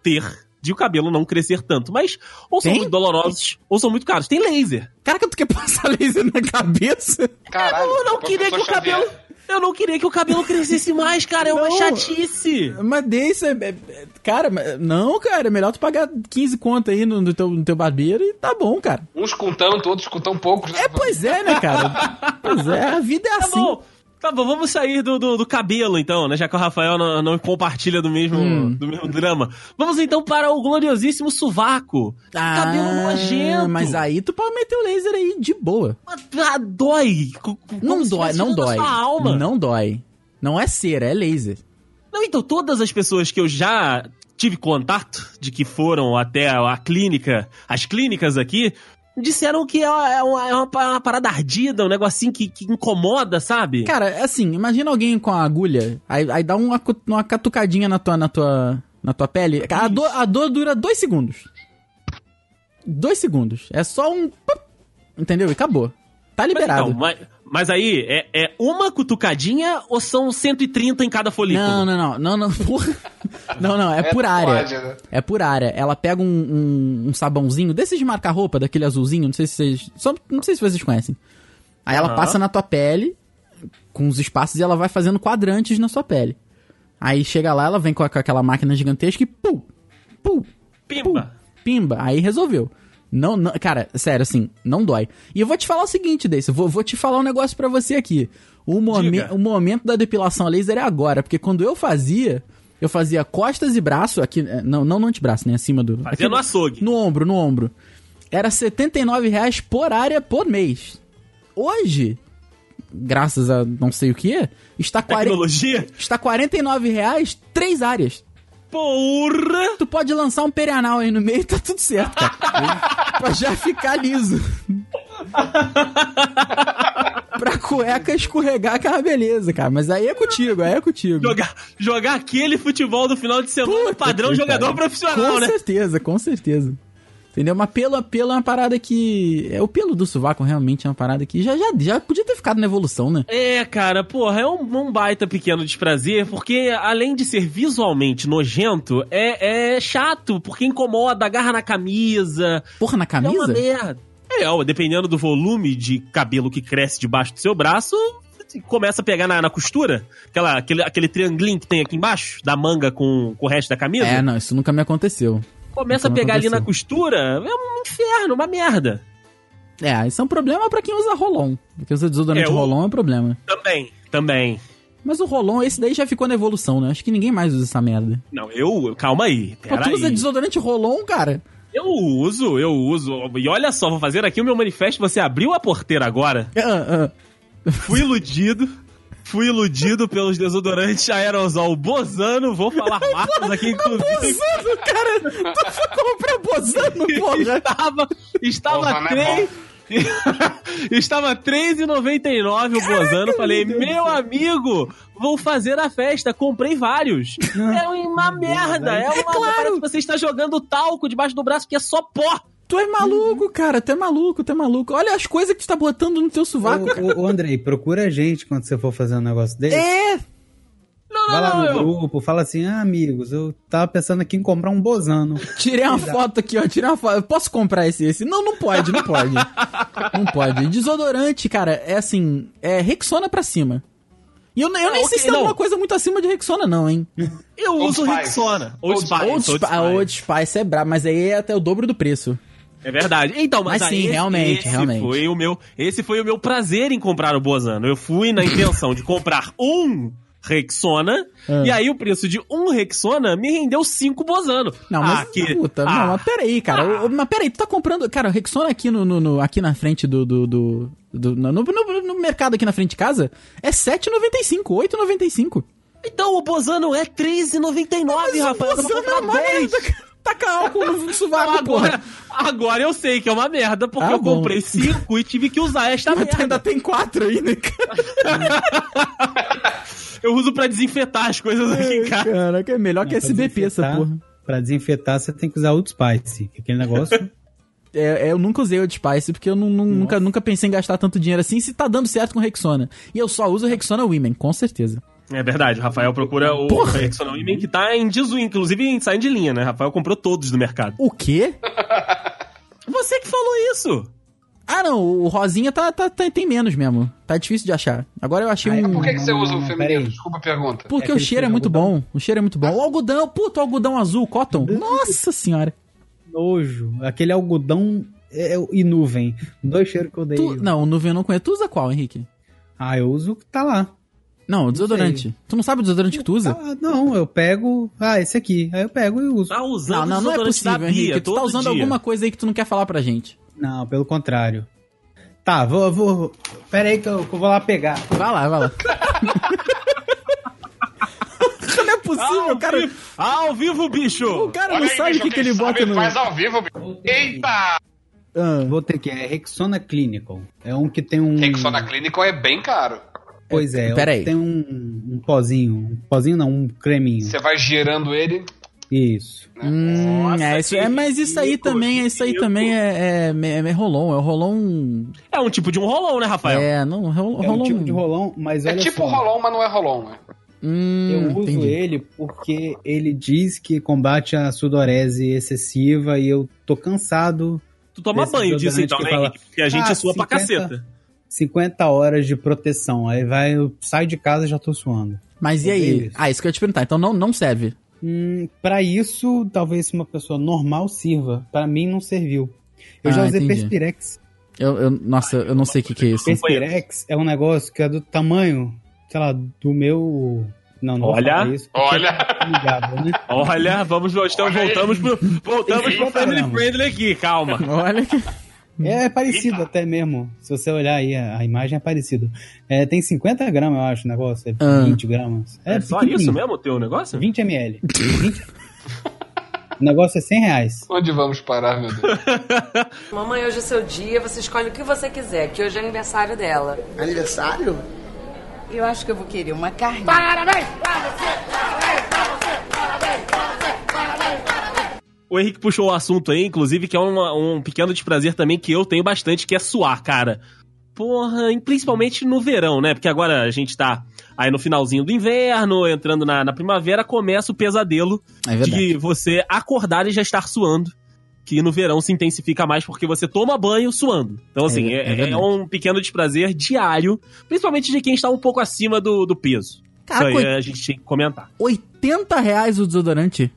[SPEAKER 3] ter de o cabelo não crescer tanto, mas ou são
[SPEAKER 2] Tem?
[SPEAKER 3] muito dolorosos ou são muito caros. Tem laser.
[SPEAKER 2] Caraca, tu quer passar laser na cabeça?
[SPEAKER 5] Caralho.
[SPEAKER 3] Eu não
[SPEAKER 5] professor
[SPEAKER 3] queria que o
[SPEAKER 5] Xavier.
[SPEAKER 3] cabelo. Eu não queria que o cabelo crescesse mais, cara. É uma
[SPEAKER 2] Não.
[SPEAKER 3] chatice.
[SPEAKER 2] Mas desse. é- é- é- Cara, mas- não, cara. É melhor tu pagar 15 conto aí no, no teu, no teu barbeiro e tá bom, cara.
[SPEAKER 5] Uns com tanto, outros com tão poucos. né?
[SPEAKER 2] É, pois é, né, cara? Pois é, a vida é
[SPEAKER 3] Tá
[SPEAKER 2] assim.
[SPEAKER 3] bom. Tá bom, vamos sair do, do, do cabelo então, né? Já que o Rafael não, não compartilha do mesmo,
[SPEAKER 2] Hum.
[SPEAKER 3] do mesmo drama. Vamos então para o gloriosíssimo sovaco. cabelo nojento.
[SPEAKER 2] Ah, Mas aí tu pode meter o laser aí de boa.
[SPEAKER 3] Ah, dói. Co- como
[SPEAKER 2] Não
[SPEAKER 3] se
[SPEAKER 2] dói,
[SPEAKER 3] estivesse
[SPEAKER 2] não
[SPEAKER 3] tirando a
[SPEAKER 2] dói.
[SPEAKER 3] Sua alma.
[SPEAKER 2] Não dói. Não é cera, é laser.
[SPEAKER 3] Não, então, todas as pessoas que eu já tive contato, de que foram até a clínica, as clínicas aqui, disseram que é é uma, é uma pa- uma parada ardida, um negocinho que, que incomoda, sabe?
[SPEAKER 2] Cara, assim, imagina alguém com a agulha, aí, aí dá uma, cu- uma catucadinha na tua, na tua, na tua pele. A dor, a dor dura dois segundos. Dois segundos. É só um. pup, entendeu? E acabou. Tá
[SPEAKER 3] Mas então,
[SPEAKER 2] liberado.
[SPEAKER 3] mas, mas aí, é, é uma cutucadinha ou são 130 em cada folículo?
[SPEAKER 2] não, não, não, não, não, porra. Não, não, é, por área.
[SPEAKER 5] tatuagem, né?
[SPEAKER 2] É por área. Ela pega um, um, um sabãozinho, desses de marca roupa, daquele azulzinho, não sei se vocês. só- não sei se vocês conhecem. Aí ela
[SPEAKER 3] Aham.
[SPEAKER 2] passa na tua pele, com os espaços, e ela vai fazendo quadrantes na sua pele. Aí chega lá, ela vem com, a- com aquela máquina gigantesca e pum! Pum!
[SPEAKER 3] Pimba.
[SPEAKER 2] Pimba! Aí resolveu. Não, não- cara, sério, assim, não dói. E eu vou te falar o seguinte, Deis, eu vou, vou te falar um negócio pra você aqui. O, momen
[SPEAKER 3] Diga.
[SPEAKER 2] o momento da depilação a laser é agora, porque quando eu fazia, eu fazia costas e braço, aqui, eh, não, não no antebraço, né, acima do...
[SPEAKER 3] Fazia
[SPEAKER 2] aqui-
[SPEAKER 3] no açougue.
[SPEAKER 2] no ombro, no ombro. Era R$ 79 reais por área por mês. Hoje, graças a não sei o que, está, 40,
[SPEAKER 3] Tecnologia?
[SPEAKER 2] está 49 reais três áreas.
[SPEAKER 3] Porra!
[SPEAKER 2] Tu pode lançar um perianal aí no meio e tá tudo certo, cara. pra já ficar liso. pra cueca escorregar aquela beleza, cara. Mas aí é contigo, aí é contigo.
[SPEAKER 3] Jogar, jogar aquele futebol do final de semana
[SPEAKER 2] Puta
[SPEAKER 3] padrão
[SPEAKER 2] que
[SPEAKER 3] jogador
[SPEAKER 2] pariu.
[SPEAKER 3] profissional,
[SPEAKER 2] com
[SPEAKER 3] né?
[SPEAKER 2] certeza, com certeza. Entendeu? Mas pelo, pelo é uma parada que. É, o pelo do sovaco realmente é uma parada que já, já, já podia ter ficado na evolução, né?
[SPEAKER 3] É, cara, porra, é um, um baita pequeno desprazer, porque além de ser visualmente nojento, é, é chato, porque incomoda, agarra na camisa,
[SPEAKER 2] Porra, na
[SPEAKER 3] É uma
[SPEAKER 2] camisa?
[SPEAKER 3] merda. É, ó, dependendo do volume de cabelo que cresce debaixo do seu braço, começa a pegar na, na costura, aquela, aquele, aquele triangulinho que tem aqui embaixo, da manga com, com o resto da camisa.
[SPEAKER 2] É, não, isso nunca me aconteceu.
[SPEAKER 3] começa a
[SPEAKER 2] nunca
[SPEAKER 3] pegar ali na
[SPEAKER 2] aconteceu.
[SPEAKER 3] costura, é um inferno, uma merda.
[SPEAKER 2] É, isso é um problema pra quem usa rolon. Pra quem usa desodorante
[SPEAKER 3] É, o-
[SPEAKER 2] rolon é um problema.
[SPEAKER 3] Também, também.
[SPEAKER 2] Mas o rolon, esse daí já ficou na evolução, né? Acho que ninguém mais usa essa merda.
[SPEAKER 3] Não, eu. Calma aí.
[SPEAKER 2] Pô, tu
[SPEAKER 3] Peraí.
[SPEAKER 2] usa desodorante rolon, cara?
[SPEAKER 3] Eu uso, eu uso. E olha só, vou fazer aqui o meu manifesto. Você abriu a porteira agora.
[SPEAKER 2] Ah, ah.
[SPEAKER 3] Fui iludido. Fui iludido pelos desodorantes aerosol Bozano. Vou falar marcas aqui,
[SPEAKER 2] é
[SPEAKER 3] inclusive.
[SPEAKER 2] Bozano, cara! Tu foi comprar Bozano, porra!
[SPEAKER 3] Estava, estava
[SPEAKER 5] Bozano é
[SPEAKER 3] 3... Estava 3,99 o Bozano. Falei, meu amigo, vou fazer a festa. Comprei vários. É uma merda. É uma parece que você está jogando talco debaixo do braço, que é só pó.
[SPEAKER 2] Tu Tu é maluco, cara. Tu é maluco, tu é maluco. Olha as coisas que tu tá botando no teu sovaco. cara.
[SPEAKER 4] Ô, ô, ô, Andrei, procura a gente quando você for fazer um negócio desse.
[SPEAKER 2] É!
[SPEAKER 3] Não,
[SPEAKER 4] Vai
[SPEAKER 3] não,
[SPEAKER 4] lá
[SPEAKER 3] não.
[SPEAKER 4] no
[SPEAKER 3] eu-
[SPEAKER 4] grupo, fala assim, ah, amigos, eu tava pensando aqui em comprar um bozano.
[SPEAKER 2] Tirei uma foto aqui, ó. Tirei uma foto. Eu Posso comprar esse? esse? Não, não pode, não pode. não pode. Desodorante, cara, é assim. É Rexona pra cima. E eu, eu
[SPEAKER 3] Ah,
[SPEAKER 2] nem
[SPEAKER 3] ok,
[SPEAKER 2] sei se tem
[SPEAKER 3] não.
[SPEAKER 2] alguma coisa muito acima de Rexona, não, hein?
[SPEAKER 3] Eu
[SPEAKER 5] Old
[SPEAKER 3] uso
[SPEAKER 5] Spice.
[SPEAKER 3] Rexona. Old
[SPEAKER 5] Old
[SPEAKER 3] Spice.
[SPEAKER 2] Old,
[SPEAKER 3] Old
[SPEAKER 2] Spi-
[SPEAKER 3] Spice.
[SPEAKER 2] a Old Spice é brabo, mas aí é até o dobro do preço.
[SPEAKER 3] É verdade. Então, mas,
[SPEAKER 2] Mas sim,
[SPEAKER 3] aí,
[SPEAKER 2] realmente,
[SPEAKER 3] esse
[SPEAKER 2] realmente.
[SPEAKER 3] Foi o meu, esse foi o meu prazer em comprar o Bozano. Eu fui na intenção de comprar um Rexona,
[SPEAKER 2] Ah.
[SPEAKER 3] e aí o preço de um Rexona me rendeu cinco Bozano. Ah,
[SPEAKER 2] Não, mas tá puta, não, mas peraí, cara. Ô, ô, Mas peraí, tu tá comprando. Cara, o Rexona aqui no, no- no- aqui na frente do. do, do, do- no, no- no- no mercado aqui na frente de casa é R$7,95, R$8,95.
[SPEAKER 3] Então o Bozano é
[SPEAKER 2] Mas
[SPEAKER 3] R$13,99,
[SPEAKER 2] o
[SPEAKER 3] rapaz.
[SPEAKER 2] Bolsonaro é uma merda, cara. Taca tá álcool no sovaco, porra.
[SPEAKER 3] Tá Então, Agora, agora eu sei que é uma merda, porque
[SPEAKER 2] Ah,
[SPEAKER 3] eu
[SPEAKER 2] bom.
[SPEAKER 3] comprei cinco e tive que usar esta
[SPEAKER 2] Mas tu
[SPEAKER 3] Tá merda.
[SPEAKER 2] ainda tem quatro aí, né, cara?
[SPEAKER 3] Eu uso pra desinfetar as coisas aqui em casa.
[SPEAKER 2] Caraca, é melhor que
[SPEAKER 4] Não, pra
[SPEAKER 2] SBP essa
[SPEAKER 4] desinfetar-
[SPEAKER 2] porra.
[SPEAKER 4] Pra desinfetar, você tem que usar Old Spice. que é Aquele negócio.
[SPEAKER 2] É, é, eu nunca usei o Old Spice, porque eu nu- nu- nunca, nunca pensei em gastar tanto dinheiro assim, se tá dando certo com Rexona. E eu só uso Rexona Women, com certeza.
[SPEAKER 3] É verdade, o Rafael procura o
[SPEAKER 2] Porra!
[SPEAKER 3] Rexona Women que tá em desuso, inclusive em saindo de linha, né? Rafael comprou todos do mercado.
[SPEAKER 2] O quê?
[SPEAKER 3] Você que falou isso!
[SPEAKER 2] Ah, não, o Rosinha tá, tá- tá- tem menos mesmo. Tá difícil de achar. Agora eu achei
[SPEAKER 4] Ah, é
[SPEAKER 2] um.
[SPEAKER 5] Por que, que
[SPEAKER 4] Não,
[SPEAKER 5] você
[SPEAKER 4] não,
[SPEAKER 5] usa o
[SPEAKER 4] não,
[SPEAKER 5] feminino?
[SPEAKER 4] peraí.
[SPEAKER 5] Desculpa a pergunta.
[SPEAKER 2] Porque o
[SPEAKER 4] É aquele
[SPEAKER 2] cheiro é
[SPEAKER 4] cheiro
[SPEAKER 2] muito
[SPEAKER 4] de algodão.
[SPEAKER 2] bom. O cheiro é muito bom. O algodão, puto, o algodão azul, cotton. Nossa senhora.
[SPEAKER 4] nojo. Aquele algodão é, e nuvem. Dois cheiros que eu odeio.
[SPEAKER 2] Tu, não, o nuvem eu não conheço. Tu usa qual, Henrique?
[SPEAKER 4] Ah, eu uso o que tá lá.
[SPEAKER 2] Não, o desodorante. Tu não sabe o desodorante que tu usa?
[SPEAKER 4] Ah, não, eu pego. Ah, esse aqui. Aí eu pego e uso.
[SPEAKER 3] Tá usando
[SPEAKER 2] Não, não, não é
[SPEAKER 3] desodorante da
[SPEAKER 2] possível,
[SPEAKER 3] Bia
[SPEAKER 2] Henrique. Tu tá
[SPEAKER 3] todo
[SPEAKER 2] usando
[SPEAKER 3] dia.
[SPEAKER 2] alguma coisa aí que tu não quer falar pra gente.
[SPEAKER 4] Não, pelo contrário. Tá, vou. vou pera aí que eu, que eu vou lá pegar.
[SPEAKER 2] Vai lá, vai lá. não é possível,
[SPEAKER 3] Ao,
[SPEAKER 2] cara.
[SPEAKER 3] vivo, ao vivo, bicho!
[SPEAKER 2] O cara não sabe o que, que ele bota no.
[SPEAKER 5] Faz ao vivo, bicho. Eita!
[SPEAKER 2] Ah,
[SPEAKER 4] Vou ter que. É Rexona Clinical. É um que tem um.
[SPEAKER 5] Rexona Clinical é bem caro.
[SPEAKER 2] Hum.
[SPEAKER 4] Pois é,
[SPEAKER 2] Pera aí.
[SPEAKER 4] tem um, um pozinho. Um pozinho não, um creminho.
[SPEAKER 5] Você vai girando ele. né?
[SPEAKER 4] Isso.
[SPEAKER 2] hum,
[SPEAKER 3] Nossa,
[SPEAKER 2] é, isso,
[SPEAKER 3] que
[SPEAKER 2] é, mas isso aí
[SPEAKER 3] rico,
[SPEAKER 2] também,
[SPEAKER 3] que
[SPEAKER 2] isso aí
[SPEAKER 3] rico.
[SPEAKER 2] também é, é, é, é rolon, é o rolon.
[SPEAKER 3] É um tipo de um rolão, né, Rafael?
[SPEAKER 2] É, não, rolon.
[SPEAKER 4] É um tipo de rolão, mas
[SPEAKER 5] É
[SPEAKER 4] olha
[SPEAKER 5] tipo
[SPEAKER 4] só.
[SPEAKER 5] rolon, mas não é rolon, né?
[SPEAKER 2] Hum,
[SPEAKER 4] Eu uso
[SPEAKER 2] entendi.
[SPEAKER 4] ele porque ele diz que combate a sudorese excessiva e eu tô cansado.
[SPEAKER 3] Tu toma
[SPEAKER 4] Esse
[SPEAKER 2] é
[SPEAKER 3] banho disso
[SPEAKER 4] desodorante
[SPEAKER 3] então,
[SPEAKER 4] que
[SPEAKER 3] né,
[SPEAKER 4] fala,
[SPEAKER 3] Henrique? Porque a gente
[SPEAKER 4] "Ah,
[SPEAKER 3] sua pra
[SPEAKER 4] 50".
[SPEAKER 3] caceta.
[SPEAKER 4] 50 horas de proteção. Aí vai, eu saio de casa e já tô suando.
[SPEAKER 2] Mas e
[SPEAKER 4] Eu
[SPEAKER 2] aí?
[SPEAKER 4] odeio isso.
[SPEAKER 2] Ah, isso que eu ia te perguntar. Então não, não serve.
[SPEAKER 4] Hum, para isso, talvez uma pessoa normal sirva. Pra mim, não serviu. Eu
[SPEAKER 2] Ah,
[SPEAKER 4] já usei
[SPEAKER 2] entendi.
[SPEAKER 4] Perspirex.
[SPEAKER 2] Eu, eu- nossa, eu não sei o que, que é isso.
[SPEAKER 4] Perspirex é um negócio que é do tamanho, sei lá, do meu. Não, não vou
[SPEAKER 3] Olha.
[SPEAKER 4] falar isso. porque
[SPEAKER 5] Olha.
[SPEAKER 4] é ligado, né?
[SPEAKER 3] Olha, vamos, então
[SPEAKER 5] Olha aí.
[SPEAKER 3] voltamos pro, voltamos pro
[SPEAKER 4] Eita,
[SPEAKER 3] Family
[SPEAKER 4] caramba.
[SPEAKER 3] Friendly aqui, calma.
[SPEAKER 2] Olha que.
[SPEAKER 4] É parecido
[SPEAKER 5] Eita.
[SPEAKER 4] até mesmo. Se você olhar aí, a, a imagem é parecida. É, tem 50 gramas, eu acho, o negócio. É
[SPEAKER 2] Ah.
[SPEAKER 4] 20 gramas.
[SPEAKER 3] É, só
[SPEAKER 4] pequenininho.
[SPEAKER 3] isso mesmo o teu negócio?
[SPEAKER 4] 20 ml. 20. o negócio é 100 reais.
[SPEAKER 5] Onde vamos parar, meu Deus?
[SPEAKER 6] Mamãe, hoje é seu dia, você escolhe o que você quiser, que hoje é aniversário dela.
[SPEAKER 7] Aniversário?
[SPEAKER 6] Eu acho que eu vou querer uma carne.
[SPEAKER 3] O Henrique puxou o assunto aí, inclusive, que é uma- um pequeno desprazer também que eu tenho bastante, que é suar, cara. Porra, e principalmente no verão, né? Porque agora a gente tá aí no finalzinho do inverno, entrando na, na primavera, começa o pesadelo
[SPEAKER 2] É verdade.
[SPEAKER 3] de você acordar e já estar suando. Que no verão se intensifica mais porque você toma banho suando. Então, assim,
[SPEAKER 2] ver- é
[SPEAKER 3] é, é
[SPEAKER 2] verdade.
[SPEAKER 3] um pequeno desprazer diário, principalmente de quem está um pouco acima do, do peso.
[SPEAKER 2] Cara,
[SPEAKER 3] Isso aí
[SPEAKER 4] é.
[SPEAKER 2] coi-
[SPEAKER 3] a gente tem que comentar.
[SPEAKER 2] 80 reais o desodorante?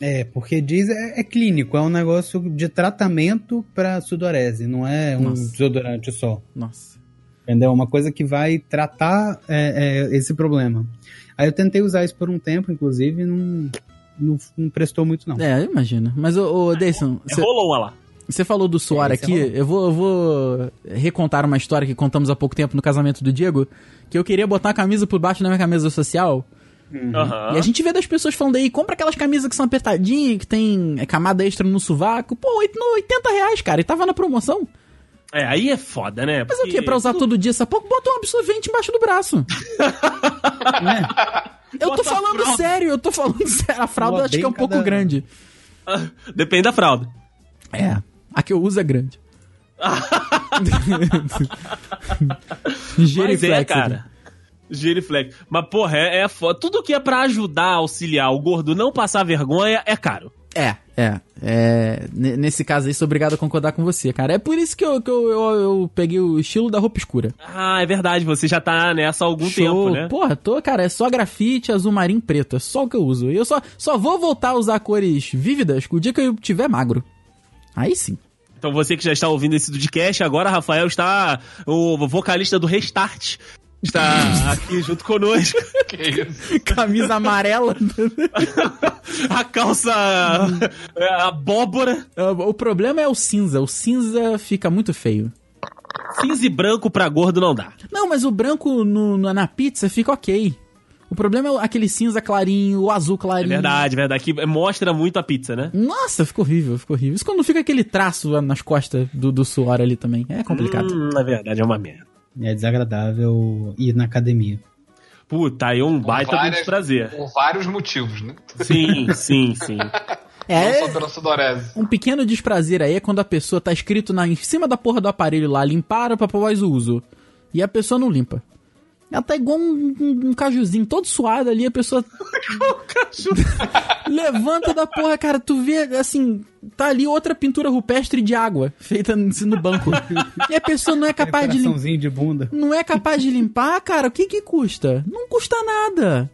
[SPEAKER 4] É, porque diz é, é clínico, é um negócio de tratamento pra sudorese, não é um
[SPEAKER 2] Nossa.
[SPEAKER 4] desodorante só.
[SPEAKER 2] Nossa.
[SPEAKER 4] Entendeu? É Uma coisa que vai tratar é, é, esse problema. Aí eu tentei usar isso por um tempo, inclusive, e não, não, não prestou muito, não. Ah,
[SPEAKER 2] É, imagina. Mas, ô, ô Deison,
[SPEAKER 3] É rolou, olha lá.
[SPEAKER 2] você falou do suor
[SPEAKER 4] É, isso é
[SPEAKER 2] aqui.
[SPEAKER 4] rolou.
[SPEAKER 2] eu, vou, eu vou recontar uma história que contamos há pouco tempo no casamento do Diego. Que eu queria botar a camisa por baixo da minha camisa social.
[SPEAKER 3] Aham.
[SPEAKER 2] Uhum. E a gente vê das pessoas falando aí, compra aquelas camisas que são apertadinhas, que tem é, camada extra no sovaco. Pô, oit- no 80 reais, cara. E tava na promoção.
[SPEAKER 3] É, aí é foda, né?
[SPEAKER 2] Mas o quê? Pra usar todo dia essa pouco? Bota um absorvente embaixo do braço. Né? Eu tô
[SPEAKER 3] Bota a
[SPEAKER 2] falando
[SPEAKER 3] fralda.
[SPEAKER 2] sério, eu tô falando sério. A fralda eu
[SPEAKER 4] Boa,
[SPEAKER 2] acho que é
[SPEAKER 4] bem
[SPEAKER 2] um pouco
[SPEAKER 4] cada-
[SPEAKER 2] grande.
[SPEAKER 3] Depende da fralda.
[SPEAKER 2] É. A que eu uso é grande. Giro e
[SPEAKER 3] Mas é,
[SPEAKER 2] flex aqui.
[SPEAKER 3] cara. Giriflex. Mas, porra, é, é foda. Tudo que é pra ajudar, auxiliar o gordo não passar vergonha é caro.
[SPEAKER 2] É, é. é ne- nesse caso aí, sou obrigado a concordar com você, cara. É por isso que eu, que eu, eu, eu peguei o estilo da roupa escura.
[SPEAKER 3] Ah, é verdade, você já tá nessa há algum
[SPEAKER 2] Show.
[SPEAKER 3] tempo, né?
[SPEAKER 2] Porra, tô, cara, é só grafite, azul marinho e preto. É só o que eu uso. E eu só, só vou voltar a usar cores vívidas o dia que eu tiver magro. Aí sim.
[SPEAKER 3] Então você que já está ouvindo esse podcast, agora Rafael está o vocalista do Restart. Está aqui junto conosco.
[SPEAKER 5] Que isso?
[SPEAKER 2] Camisa amarela.
[SPEAKER 3] A calça é, abóbora,
[SPEAKER 2] o problema é o cinza. O cinza fica muito feio.
[SPEAKER 3] cinza e branco pra gordo não dá.
[SPEAKER 2] Não, mas o branco no- no- na pizza fica ok. O problema é aquele cinza clarinho, o azul
[SPEAKER 3] É
[SPEAKER 2] clarinho.
[SPEAKER 3] verdade, verdade. Que mostra muito a pizza, né?
[SPEAKER 2] Nossa, ficou horrível, ficou horrível. Isso quando fica aquele traço nas costas do, do suor ali também. É complicado.
[SPEAKER 3] Hum, na verdade, é uma merda.
[SPEAKER 4] É desagradável ir na academia.
[SPEAKER 3] Puta, aí é um baita do desprazer.
[SPEAKER 5] Por vários motivos, né?
[SPEAKER 3] Sim, sim, sim.
[SPEAKER 2] É.
[SPEAKER 5] Não só pela sudorese.
[SPEAKER 2] Um pequeno desprazer aí é quando a pessoa tá escrito na, em cima da porra do aparelho lá, limpar após o uso. E a pessoa não limpa. Ela tá igual um, um- um cajuzinho todo suado ali, a pessoa levanta da porra, cara. Tu vê, assim, tá ali outra pintura rupestre de água, feita assim no no banco. E a pessoa não é capaz de limpar.
[SPEAKER 4] Coraçãozinho de bunda.
[SPEAKER 2] não é capaz de limpar, cara, o que que custa? Não custa nada.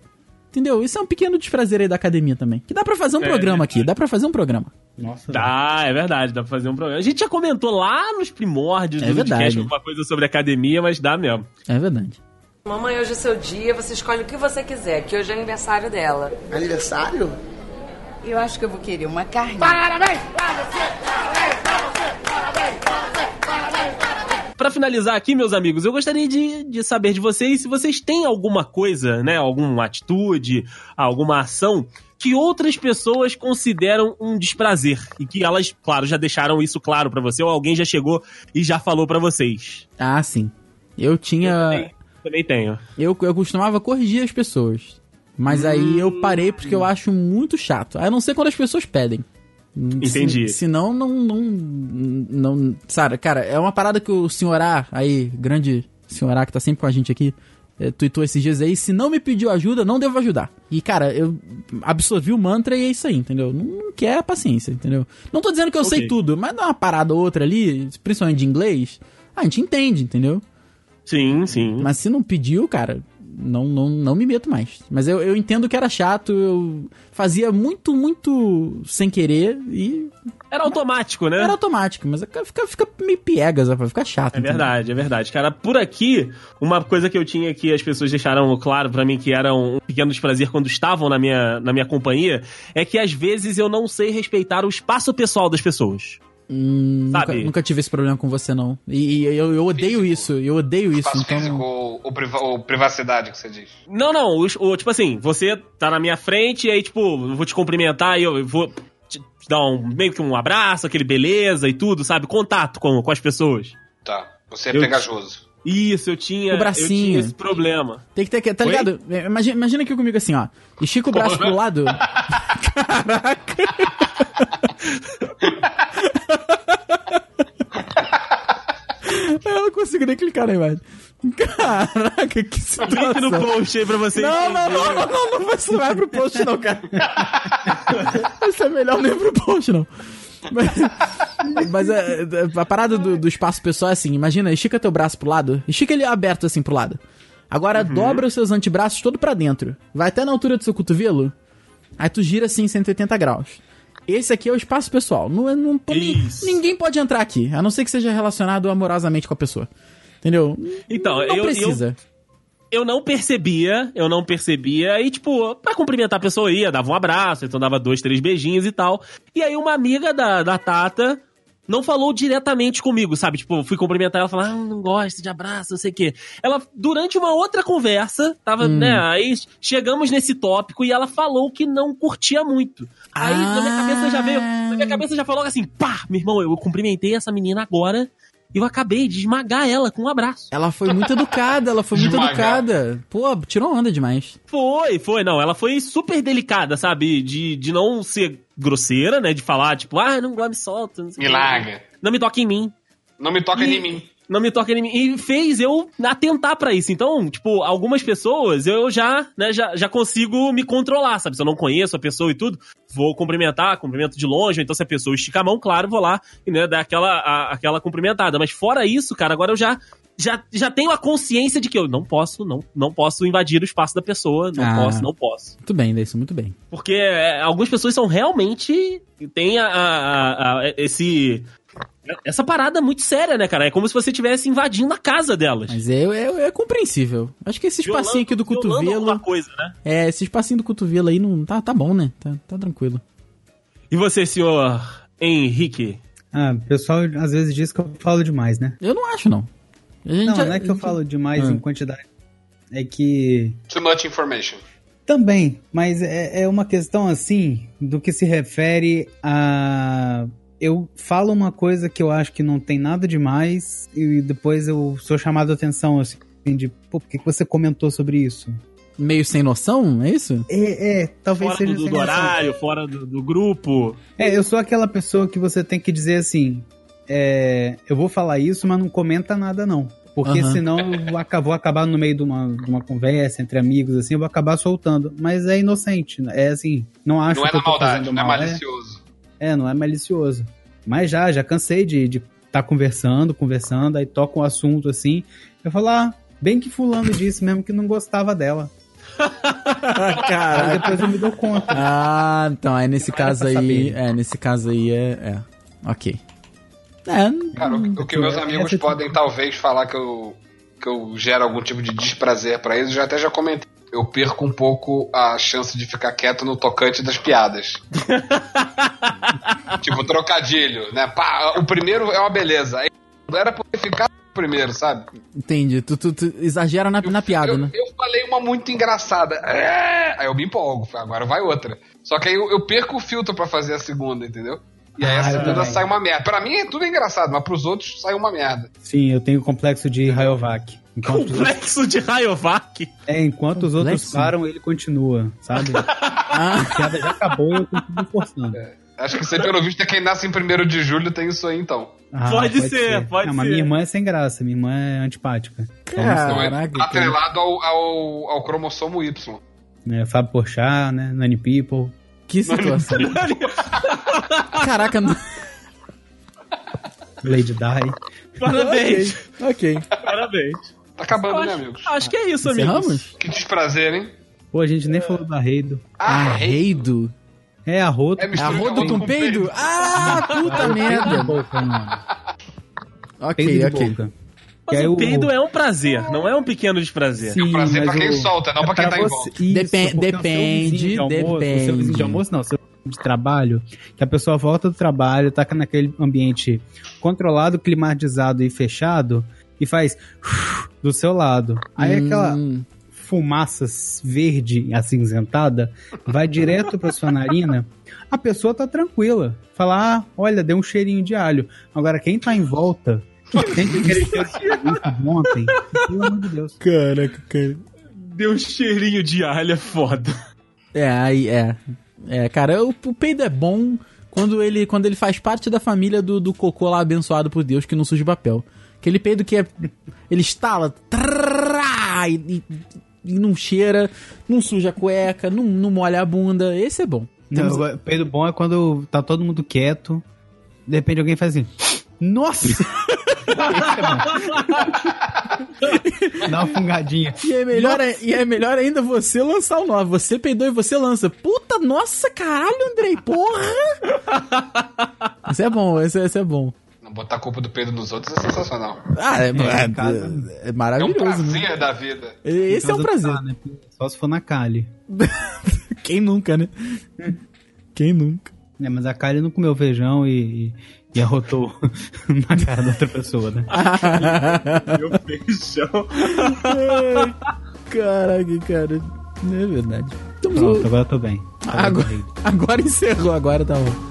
[SPEAKER 2] Entendeu? Isso é um pequeno desprazer aí da academia também. Que dá pra fazer um programa aqui, dá pra fazer um programa.
[SPEAKER 4] Nossa.
[SPEAKER 3] Dá, é verdade, dá pra fazer um programa. A gente já comentou lá nos primórdios
[SPEAKER 2] É
[SPEAKER 3] do podcast
[SPEAKER 2] verdade.
[SPEAKER 3] alguma coisa sobre academia, mas dá mesmo.
[SPEAKER 2] É verdade.
[SPEAKER 6] Mamãe, hoje é seu dia, você escolhe o que você quiser, que hoje é aniversário dela.
[SPEAKER 7] Aniversário?
[SPEAKER 6] Eu acho que eu vou querer uma carne.
[SPEAKER 3] Pra finalizar aqui, meus amigos, eu gostaria de, de saber de vocês se vocês têm alguma coisa, né? Alguma atitude, alguma ação que outras pessoas consideram um desprazer e que elas, claro, já deixaram isso claro pra você ou alguém já chegou e já falou pra vocês.
[SPEAKER 2] Ah, sim. Eu tinha.
[SPEAKER 3] Também tenho.
[SPEAKER 2] Eu, eu costumava corrigir as pessoas. Mas aí
[SPEAKER 3] Hum.
[SPEAKER 2] eu parei porque eu acho muito chato. A não ser quando as pessoas pedem.
[SPEAKER 3] Entendi.
[SPEAKER 2] Se, senão, não, não, não. Sabe, cara, é uma parada que o senhorá aí, grande senhorá que tá sempre com a gente aqui, é, tuitou esses dias aí. Se não me pediu ajuda, não devo ajudar. E, cara, eu absorvi o mantra e é isso aí, entendeu? Não, não quer paciência, entendeu? Não tô dizendo que eu
[SPEAKER 3] Ok.
[SPEAKER 2] sei tudo, mas dá uma parada ou outra ali, principalmente de inglês, a gente entende, entendeu?
[SPEAKER 3] Sim, sim.
[SPEAKER 2] Mas se não pediu, cara, não, não, não me meto mais. Mas eu, eu entendo que era chato, eu fazia muito, muito sem querer e
[SPEAKER 3] Era automático, né?
[SPEAKER 2] era automático. Mas fica, fica, fica meio piegas, rapaz, fica chato.
[SPEAKER 3] É verdade, é verdade. Cara, por aqui, uma coisa que eu tinha que as pessoas deixaram claro pra mim que era um pequeno desprazer quando estavam na minha, na minha companhia, é que às vezes eu não sei respeitar o espaço pessoal das pessoas.
[SPEAKER 2] Hum, nunca,
[SPEAKER 3] Sabe?
[SPEAKER 2] nunca tive esse problema com você, não. E, e eu, eu odeio isso, eu odeio isso.
[SPEAKER 5] Espaço físico
[SPEAKER 2] Então,
[SPEAKER 5] ou, ou priva- ou privacidade, que você diz.
[SPEAKER 3] Não, não, o, o- tipo assim, você tá na minha frente e aí, tipo, eu vou te cumprimentar e eu, eu vou te dar um, meio que um abraço, aquele beleza e tudo, sabe? Contato com, com as pessoas.
[SPEAKER 5] Tá. Você é
[SPEAKER 3] Eu-
[SPEAKER 5] pegajoso.
[SPEAKER 3] Isso, eu tinha,
[SPEAKER 2] O bracinho.
[SPEAKER 3] eu tinha esse problema.
[SPEAKER 2] tem que ter que. Tá
[SPEAKER 3] Oi?
[SPEAKER 2] ligado? Imagina, imagina aqui comigo assim, ó. Estica o braço pro lado. Eu não consigo nem clicar na imagem. Caraca, que
[SPEAKER 3] Link no
[SPEAKER 2] situação.
[SPEAKER 3] post aí pra vocês.
[SPEAKER 2] Não, não,
[SPEAKER 3] entenderem.
[SPEAKER 2] não, não, não, não, isso não vai pro post não, cara. Isso é melhor nem pro post não. Mas, mas é, é, a, parada do, do espaço pessoal é assim, imagina, estica teu braço pro lado, estica ele aberto assim pro lado. Agora dobra os seus antebraços todo pra dentro, vai até na altura do seu cotovelo, aí tu gira assim 180 graus. Esse aqui é o espaço pessoal, não, é- não, ninguém-
[SPEAKER 3] Isso.
[SPEAKER 2] ninguém pode entrar aqui, a não ser que seja relacionado amorosamente com a pessoa. Entendeu?
[SPEAKER 3] Então,
[SPEAKER 2] não
[SPEAKER 3] eu- eu-
[SPEAKER 2] precisa.
[SPEAKER 3] eu não percebia, eu não percebia, e tipo, pra cumprimentar a pessoa eu ia, dava um abraço, então dava dois, três beijinhos e tal. E aí uma amiga da, da Tata não falou diretamente comigo, sabe? Tipo, eu fui cumprimentar ela e falar, ah, não gosto de abraço, não sei o quê. Ela, durante uma outra conversa, tava, né, aí chegamos nesse tópico e ela falou que não curtia muito. Aí na minha
[SPEAKER 2] Ah.
[SPEAKER 3] cabeça já veio, na minha cabeça já falou assim, pá, meu irmão, eu cumprimentei essa menina agora e eu acabei de esmagar ela com um abraço.
[SPEAKER 2] Ela foi muito educada, ela foi muito
[SPEAKER 5] Esmagar.
[SPEAKER 3] né?
[SPEAKER 2] educada. Pô, tirou onda demais.
[SPEAKER 3] Foi, foi, não. Ela foi super delicada, sabe? De, de não ser grosseira, né? De falar, tipo, ah, não me solta. Não, sei o
[SPEAKER 5] Me
[SPEAKER 3] quê.
[SPEAKER 5] larga.
[SPEAKER 3] Não me toca em mim.
[SPEAKER 5] Não me toca
[SPEAKER 3] E-
[SPEAKER 5] em mim.
[SPEAKER 3] Não me toca em mim. E fez eu atentar pra isso. Então, tipo, algumas pessoas eu já, né, já, já consigo me controlar, sabe? Se eu não conheço a pessoa e tudo, vou cumprimentar, cumprimento de longe. ou Então, se a pessoa estica a mão, claro, vou lá e né, dar aquela, a- aquela cumprimentada. Mas fora isso, cara, agora eu já. Já, já tenho a consciência de que eu não posso, não, não posso invadir o espaço da pessoa, não
[SPEAKER 2] Ah.
[SPEAKER 3] posso, não posso.
[SPEAKER 2] Muito bem, Deison, muito bem.
[SPEAKER 3] Porque é, algumas pessoas são realmente. têm a, a- a- a- esse. Essa parada muito séria, né, cara? É como se você estivesse invadindo a casa delas.
[SPEAKER 2] Mas é, é, é compreensível. Acho que esse
[SPEAKER 3] Violando-
[SPEAKER 2] espacinho aqui do
[SPEAKER 3] violando
[SPEAKER 2] cotovelo.
[SPEAKER 3] alguma coisa, né?
[SPEAKER 2] É, esse espacinho do cotovelo aí não tá, tá bom, né? Tá, tá tranquilo.
[SPEAKER 3] E você, senhor Henrique?
[SPEAKER 4] Ah, o pessoal às vezes diz que eu falo demais, né?
[SPEAKER 2] Eu não acho, não. A gente
[SPEAKER 4] Não,
[SPEAKER 2] já-
[SPEAKER 4] não é que eu falo demais
[SPEAKER 2] Ah.
[SPEAKER 4] em quantidade. É que.
[SPEAKER 5] Too much information.
[SPEAKER 4] Também, mas é, é uma questão assim do que se refere a. Eu falo uma coisa que eu acho que não tem nada demais e depois eu sou chamado a atenção, assim, de, pô, por que que você comentou sobre isso?
[SPEAKER 2] Meio sem noção, é isso?
[SPEAKER 4] É, é, talvez
[SPEAKER 3] Fora
[SPEAKER 4] seja.
[SPEAKER 3] do, do
[SPEAKER 4] sem noção.
[SPEAKER 3] horário, fora do, do grupo.
[SPEAKER 4] É, eu sou aquela pessoa que você tem que dizer assim: é, eu vou falar isso, mas não comenta nada, não. Porque
[SPEAKER 2] Aham.
[SPEAKER 4] senão eu vou aca- vou acabar no meio de uma, de uma conversa entre amigos, assim, eu vou acabar soltando. Mas é inocente, né? é assim, não acho
[SPEAKER 5] não é
[SPEAKER 4] que
[SPEAKER 5] na
[SPEAKER 4] eu tô
[SPEAKER 5] maldade,
[SPEAKER 4] fazendo
[SPEAKER 5] não é
[SPEAKER 4] mal,
[SPEAKER 5] malicioso.
[SPEAKER 4] É, não é malicioso. Mas já, já cansei de estar conversando, conversando, aí toca um assunto assim. Eu falo, ah, bem que fulano disse mesmo que não gostava dela. Aí
[SPEAKER 2] Caraca.
[SPEAKER 4] depois eu me dou conta.
[SPEAKER 2] Ah, então, é nesse
[SPEAKER 4] Não era
[SPEAKER 2] caso
[SPEAKER 4] pra
[SPEAKER 2] aí.
[SPEAKER 4] saber.
[SPEAKER 2] É, nesse caso aí é. é. Ok. É, n-
[SPEAKER 5] Cara, o, que- o que meus
[SPEAKER 4] Essa-
[SPEAKER 5] amigos
[SPEAKER 4] essa-
[SPEAKER 5] podem talvez falar que eu, que eu gero algum tipo de desprazer pra eles, eu já até já comentei. Eu perco um pouco a chance de ficar quieto no tocante das piadas. tipo, trocadilho, né? Pá, o primeiro é uma beleza. Aí, não era pra eu ficar no primeiro, sabe?
[SPEAKER 2] entendi. Tu, tu- tu exagera na, na piada,
[SPEAKER 5] eu,
[SPEAKER 2] né?
[SPEAKER 5] eu falei uma muito engraçada. É! Aí eu me empolgo, falei, agora vai outra. Só que aí eu, eu perco o filtro pra fazer a segunda, entendeu? E aí
[SPEAKER 4] Ah,
[SPEAKER 5] a
[SPEAKER 4] eu
[SPEAKER 5] segunda
[SPEAKER 4] também.
[SPEAKER 5] sai uma merda. Pra mim é tudo engraçado, mas pros outros sai uma merda.
[SPEAKER 4] Sim, eu tenho complexo de Rayovac.
[SPEAKER 3] é?
[SPEAKER 4] Enquanto,
[SPEAKER 3] Complexo de Rayovac.
[SPEAKER 4] é, enquanto os outros
[SPEAKER 2] Complexo?
[SPEAKER 4] param, ele continua, sabe? A
[SPEAKER 2] Ah,
[SPEAKER 4] piada já acabou e eu continuo forçando.
[SPEAKER 5] Acho que você, pelo visto, é quem nasce em 1 de julho tem isso aí, então.
[SPEAKER 4] Ah,
[SPEAKER 3] Pode ser, pode
[SPEAKER 4] Mas
[SPEAKER 3] ser.
[SPEAKER 4] minha irmã é sem graça, minha irmã é antipática. Então,
[SPEAKER 2] Cara.
[SPEAKER 5] Então é
[SPEAKER 2] Caraca, cara.
[SPEAKER 5] atrelado ao, ao, ao cromossomo Y.
[SPEAKER 4] né, Fábio Porchat, né? Nanny People.
[SPEAKER 2] que situação. Caraca, não.
[SPEAKER 4] Lady Di.
[SPEAKER 3] Parabéns.
[SPEAKER 2] Ok.
[SPEAKER 3] Parabéns.
[SPEAKER 5] Tá acabando, né,
[SPEAKER 3] Acho-
[SPEAKER 5] amigos?
[SPEAKER 3] Acho que é isso, amigos.
[SPEAKER 2] Encerramos?
[SPEAKER 5] Que desprazer, hein?
[SPEAKER 4] Pô, a gente
[SPEAKER 3] É.
[SPEAKER 4] nem falou do Arreido.
[SPEAKER 2] Ah, Arreido.
[SPEAKER 4] É, arroto.
[SPEAKER 5] É Ah, mistura de
[SPEAKER 2] Arrodo
[SPEAKER 5] arroz
[SPEAKER 2] com peido? Ah, puta
[SPEAKER 4] Peido de
[SPEAKER 2] merda.
[SPEAKER 4] boca, mano. Peido
[SPEAKER 2] Ok,
[SPEAKER 4] de
[SPEAKER 2] ok.
[SPEAKER 4] boca.
[SPEAKER 3] Mas
[SPEAKER 4] E aí
[SPEAKER 3] o
[SPEAKER 4] o-
[SPEAKER 3] peido é um prazer, não é um pequeno desprazer.
[SPEAKER 4] Sim,
[SPEAKER 5] prazer
[SPEAKER 4] mas
[SPEAKER 5] pra quem
[SPEAKER 4] o-
[SPEAKER 5] solta, não pra quem tá em
[SPEAKER 4] você-
[SPEAKER 5] volta.
[SPEAKER 4] Isso,
[SPEAKER 2] Depen-
[SPEAKER 4] porque o seu vizinho de
[SPEAKER 2] depende,
[SPEAKER 4] almoço- O seu vizinho
[SPEAKER 2] depende.
[SPEAKER 4] de almoço, não, o seu vizinho de trabalho, que a pessoa volta do trabalho, tá naquele ambiente controlado, climatizado e fechado, e faz do seu lado. Aí aquela
[SPEAKER 2] Hum,
[SPEAKER 4] fumaça verde acinzentada vai direto pra sua narina, a pessoa tá tranquila. Fala, ah, olha, deu um cheirinho de alho. Agora, quem tá em volta, tem que querer cheiro de alho ontem, pelo amor de Deus.
[SPEAKER 2] Caraca, cara.
[SPEAKER 3] Deu um cheirinho de alho, é foda.
[SPEAKER 2] É, aí é. É, cara, o, o peido é bom quando ele, quando ele faz parte da família do, do cocô lá abençoado por Deus que não suja o papel. Aquele peido que é. Ele estala. trrrá, e, e- e não cheira, não suja a cueca, não, não molha a bunda. Esse é bom. Temos-
[SPEAKER 4] Não, o peido bom é quando tá todo mundo quieto, de repente alguém faz assim. Nossa! Dá uma fungadinha.
[SPEAKER 2] E é, melhor, e é melhor ainda você lançar o 9. Você peidou e você lança. Puta, nossa, caralho, Andrei, porra! Isso é bom, esse, esse é bom.
[SPEAKER 5] Não botar a culpa do peido nos outros é sensacional.
[SPEAKER 2] Ah, é,
[SPEAKER 4] É, cara.
[SPEAKER 2] é- é
[SPEAKER 5] É um
[SPEAKER 2] maravilhoso. né?
[SPEAKER 5] prazer da vida.
[SPEAKER 2] Esse é um
[SPEAKER 4] Então,
[SPEAKER 2] prazer.
[SPEAKER 4] tá, né? Só se for na Kali.
[SPEAKER 2] Quem nunca, né? Quem nunca?
[SPEAKER 4] É, mas a Kali não comeu feijão e, e, e arrotou na cara da outra pessoa, né?
[SPEAKER 3] Meu feijão.
[SPEAKER 2] Caraca, cara. É verdade. Então,
[SPEAKER 4] Pronto, agora eu tô bem.
[SPEAKER 2] agora, agora encerrou, agora tá bom.